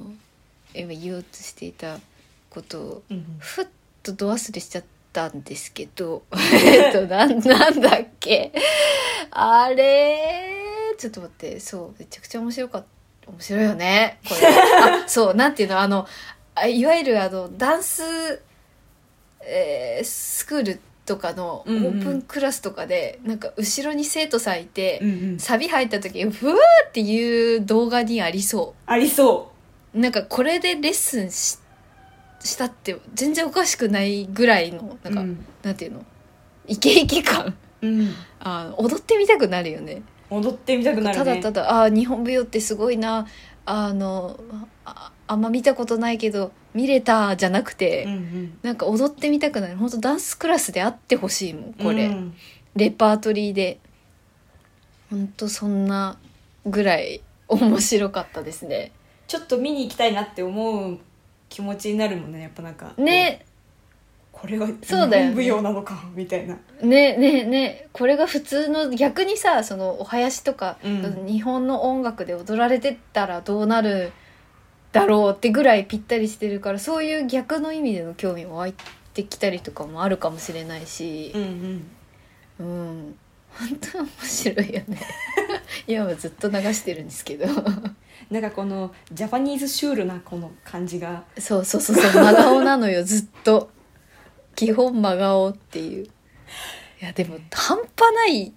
S1: 今言おうとしていたことを
S3: うん
S1: ふっとド忘れしちゃったんですけどえっ となんなんだっけあれちょっと待ってそうめちゃくちゃ面白かった面白いよね これあそうなんていうのあのあいわゆるあのダンスえースクールとかのオ
S4: うんうん
S1: ープンクラスとかで、なんか後ろに生徒さんいて、
S4: うんうん、
S1: サビ入った時ふわーっていう動画にありそ
S2: ありそう
S1: なんかこれでレッスンししたって全然おかしくないぐらいのなんか、
S4: うん
S1: なんていうのイケイケ感
S4: うん、
S1: あの踊ってみたくなるよね
S2: う踊ってみたくなる
S1: ただ
S2: ね
S1: ただああ日本舞踊ってすごいなあのああんま見たことないけど見れたじゃなくて、
S4: うんうん、
S1: なんか踊ってみたくなる本当ダンスクラスであってほしいもんこれ、
S4: うん
S1: レパートリーで本当そんなぐらい面白かったですね
S2: ちょっと見に行きたいなって思う気持ちになるもんねやっぱなんか
S1: ね
S2: これが日
S1: そう
S2: 本
S1: だよね
S2: 舞踊なのかみたいな
S1: ねねねこれが普通の逆にさそのお囃子とか、
S2: うん
S1: 日本の音楽で踊られてたらどうなるだろうってぐらいぴったりしてるからそういう逆の意味での興味も湧いてきたりとかもあるかもしれないし
S2: うんうん
S1: うん、本当面白いよね 今はずっと流してるんですけど
S2: なんかこのジャパニーズシュールなこの感じが
S1: そうそうそうそう真顔なのよずっと基本真顔っていういやでも半端ない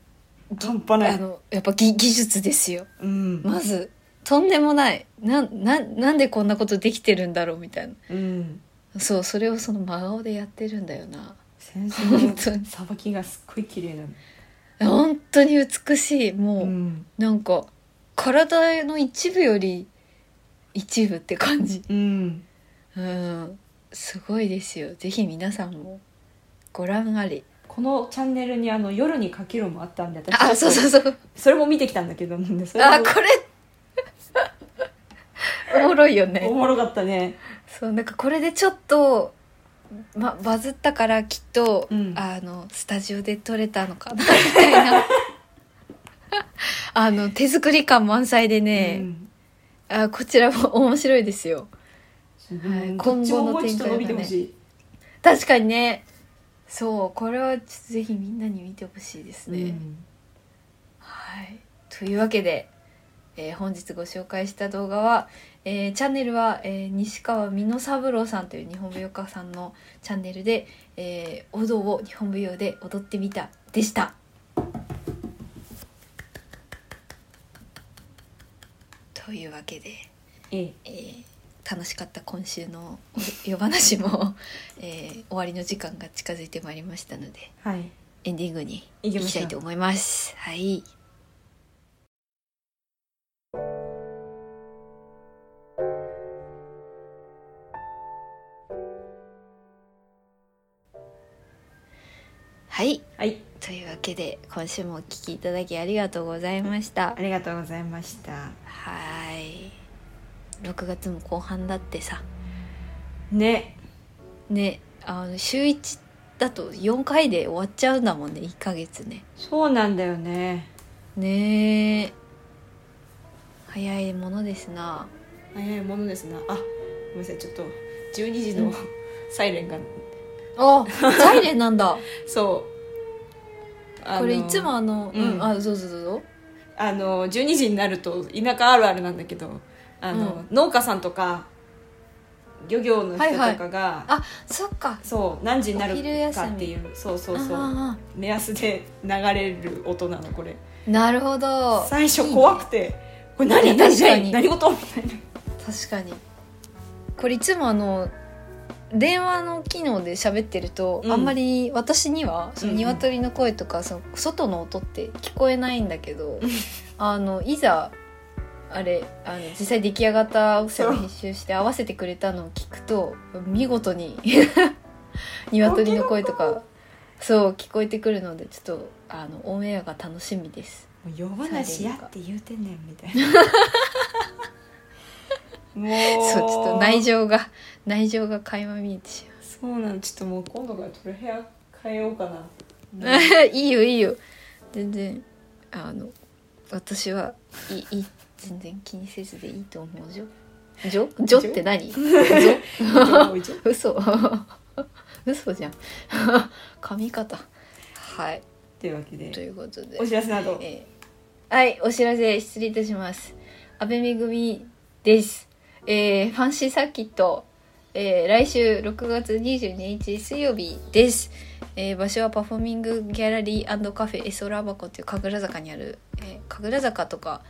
S2: 半端な
S1: あ
S2: い
S1: のやっぱ技技術ですよ
S2: うん、
S1: まずとんでもないなんなんなんでこんなことできてるんだろうみたい
S2: うん、
S1: なそうそれをその真顔でやってるんだよな
S2: 先生
S1: 本
S2: の
S1: 当に
S2: さばきがすっごい綺麗なの
S1: 本当に美しいもう、
S2: うん
S1: なんか体の一部より一部って感じ
S2: うん
S1: うんすごいですよぜひ皆さんもご覧あれ
S2: このチャンネルにあの夜にかけろもあったんで私
S1: あそうそうそう
S2: それも見てきたんだけどなんでそれも
S1: あこれおもろいよ
S2: お
S1: ね
S2: もろかったね
S1: そうなんかこれでちょっと、ま、バズったからきっと、
S2: うん
S1: あのスタジオで撮れたのかなみたいな あの手作り感満載で
S2: う
S1: ね、
S2: ん
S1: あこちらも面白いですよはい
S2: うん
S1: 今後の
S2: どっちももうちょっと伸びてほしい
S1: 確かにねそうこれはちょっとぜひみんなに見てほしいですね、
S2: うん
S1: はい、というわけで、えー本日ご紹介した動画は、えーチャンネルは、えー西川美濃三郎さんという日本舞踊家さんのチャンネルで、えー、お堂を日本舞踊で踊ってみたでした。というわけで、
S4: ええ
S1: えー楽しかった今週のお夜話も、 えー終わりの時間が近づいてまいりましたので
S2: はい
S1: エンディングに
S2: 行き
S1: 行
S2: ま
S1: き
S2: した
S1: いと思います。はい。はい、
S2: はい
S1: というわけで今週もお聞きいただきありがとうございました
S2: あ。りがとうございました
S1: はい。6月も後半だってさ、
S2: ね
S1: ね、あの週1だと4回で終わっちゃうんだもんね、1ヶ月ね。
S2: そうなんだよね
S1: ねえ早いものですな
S2: 早いものですなあごめんなさいちょっと12時のサイレンが
S1: あサイレンなんだ
S2: そうあの
S1: これいつもあの
S2: うん
S1: うん、あそうそうそうそう
S2: あの12時になると田舎あるあるなんだけどあの、農家さんとか漁業の人とかが、
S1: あそっか
S2: そう何時にな
S1: お昼
S2: る
S1: 休み
S2: かっていうそうそう
S1: あ
S2: そう
S1: ああ
S2: 目安で流れる音なのこれ
S1: なるほど
S2: 最初怖くてこれ何
S1: いいね
S2: 何
S1: 確か
S2: 何
S1: に
S2: 何事みたいな
S1: 確かにこれいつもあの電話の機能で喋ってると、
S2: うん
S1: あんまり私にはその
S2: うんうん
S1: 鶏の声とかその外の音って聞こえないんだけど、あのいざあれあの実際出来上がった音声を編集して合わせてくれたのを聞くと見事に 鶏の声とかそう聞こえてくるのでちょっとあのオンエアが楽しみです。
S2: もう夜
S1: 話
S2: 話
S1: や
S2: や
S1: っ
S2: って言うてんねんみたい なもう
S1: そうちょっと内情が内情が垣間見えてしまう。
S2: そうなんちょっともう今度からトレヘア変えようかな
S1: いいよいいよ全然あの私はいいいい全然気にせずでいいと思うじょじょじょって何ぞ 嘘 嘘じゃん 髪型はい
S2: というわけ
S1: と
S2: で
S1: いうことで
S2: お知らせなど
S1: えーはいお知らせ失礼いたします阿部めぐみです、えーファンシーサーキット、ええー来週6月22日水曜日です、えー場所はパフォーミングギャラリーカフェエソラバコっていう神楽坂にある、えー神楽坂とか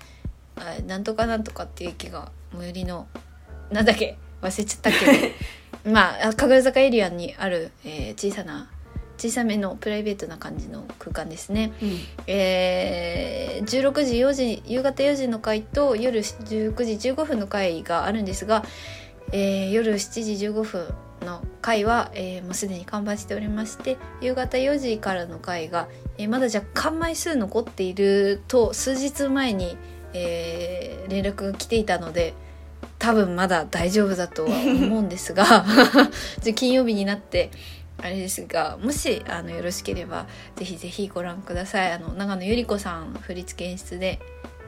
S1: あーなんとかなんとかっていう駅が最寄りのなんだっけ忘れちゃったけどまああ神楽坂エリアにある、えー小さな小さめのプライベートな感じの空間ですね。えー16時4時夕方4時の回と夜19時15分の回があるんですが、えー夜7時15分の回は、えーもうすでに完売しておりまして夕方4時からの回が、えーまだ若干枚数残っていると数日前に、えー連絡が来ていたので多分まだ大丈夫だとは思うんですが じゃあ金曜日になってあれですがもしあのよろしければぜひぜひご覧くださいあの長野ゆり子さん振付演出で、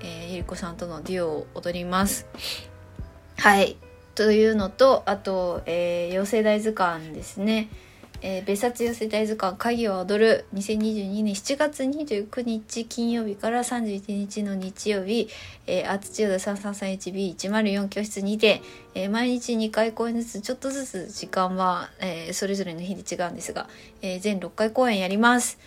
S1: えーゆり子さんとのデュオを踊りますはいというのとあと、えー、妖精大図鑑ですね、えー別冊妖精大図鑑鍵を踊る2022年7月29日金曜日から31日の日曜日、えー、アーツチュード 3331B104 教室にて、えー毎日2回公演ずつちょっとずつ時間は、えーそれぞれの日で違うんですが、えー全6回公演やります、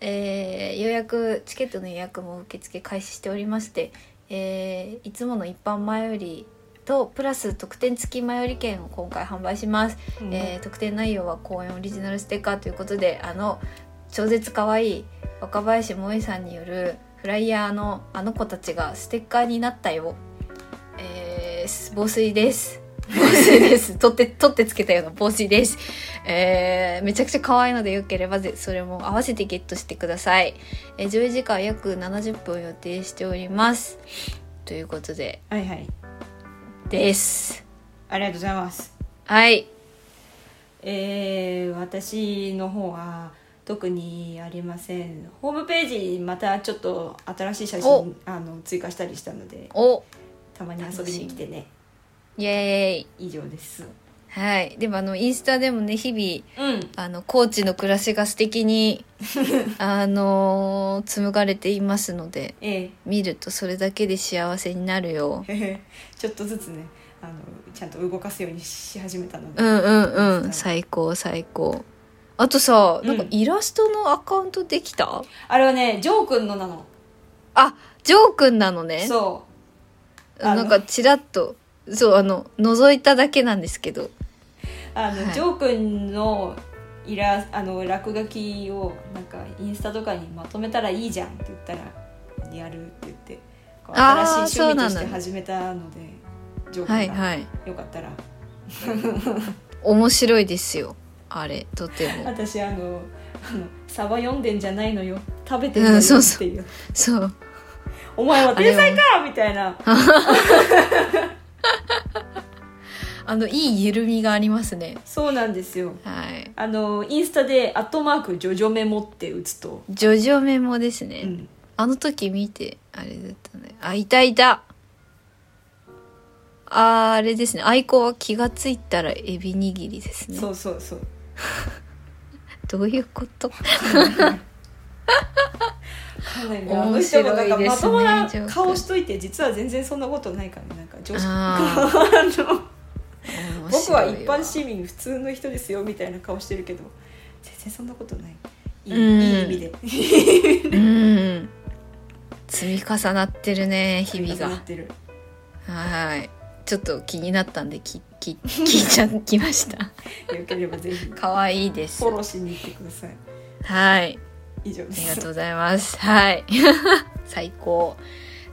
S1: えー予約チケットの予約も受付開始しておりまして、えーいつもの一般前よりとプラス特典付き前より券を今回販売します、えー特典内容は公演オリジナルステッカーということであの超絶可愛い若林萌衣さんによるフライヤーのあの子たちがステッカーになったよ、えー、防水です防水です取って取ってつけたような防水です、えーめちゃくちゃ可愛いのでよければぜそれも合わせてゲットしてください、えー、上映時間は約70分予定しておりますということで
S2: はいはい
S1: です
S2: ありがとうございます
S1: はい
S2: えー、私の方は特にありませんホームページまたちょっと新しい写
S1: お
S2: 真あの追加したりしたので
S1: お
S2: たまに遊びに来てね
S1: イエーイ
S2: 以上です
S1: はいでもあのインスタでもね日
S2: うん
S1: 々あの高知の暮らしが素敵 にあのー紡がれていますので
S2: え
S1: 見るとそれだけで幸せになるよ
S2: え ちょっとずつねあのちゃんと動かすようにし始めたので、
S1: うんうんうん最高最高あとさ、なんか
S2: うん
S1: イラストのアカウントできた
S2: あれはねジョー君のなの
S1: あジョーくんなのね
S2: そあ
S1: な
S2: の
S1: んかちらっとそうあの覗いただけなんですけど
S2: うあの、
S1: はい
S2: ジョー君のイラあの落書きをなんかインスタとかにまとめたらいいじゃんって言ったらやるって言ってこう
S1: あー
S2: 新しい趣味と
S1: そう
S2: し
S1: な
S2: て
S1: んだ
S2: 始めたのでジョー君が、
S1: はいはい
S2: よかったら
S1: 面白いですよあれとて も
S2: 私あのあのサバ読んでんじゃないのよ食べてんだよ
S1: う
S2: っ
S1: ん
S2: て
S1: そうそ
S2: いう,、
S1: そう
S2: お前は天才かみたいな
S1: あのいい緩みがありますね
S2: そうなんですよ
S1: はい
S2: あのインスタで「アットマークジョジョメモ」って打つと、
S1: ジョジョメモですね、
S2: うん、
S1: あの時見てあれだったねあいたいたあーあれですね愛好は気がついたらエビ握りですね
S2: そうそうそう
S1: どういうこと
S2: かなりねあの
S1: 面
S2: 人
S1: 白い
S2: もなん
S1: で
S2: か
S1: すね
S2: まともな
S1: ジョー君
S2: 顔しといて実は全然そんなことないからなんか常識
S1: あ
S2: あの
S1: ー面
S2: 僕は
S1: 白いわ
S2: 一般市民普通の人ですよみたいな顔してるけど全然そんなことないいい,、
S1: うん
S2: いい意味で
S1: うん積み重なってるね日 々
S2: な
S1: が
S2: ってる
S1: はいちょっと気になったんできき聞いちゃいきました
S2: よければぜひフ
S1: 可愛いです
S2: ォローしに行ってください
S1: はい
S2: 以上で
S1: ありが
S2: す
S1: とうございます。 はい。最高。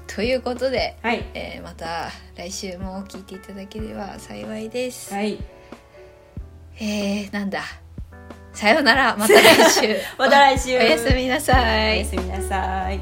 S1: ということで、
S2: はい
S1: えーまた来週も聞いていただければ幸いです。
S2: はい
S1: えー、なんだ。さようなら。また来週。
S2: また来週
S1: おやすみなさ
S2: お
S1: い
S2: や。すみなさい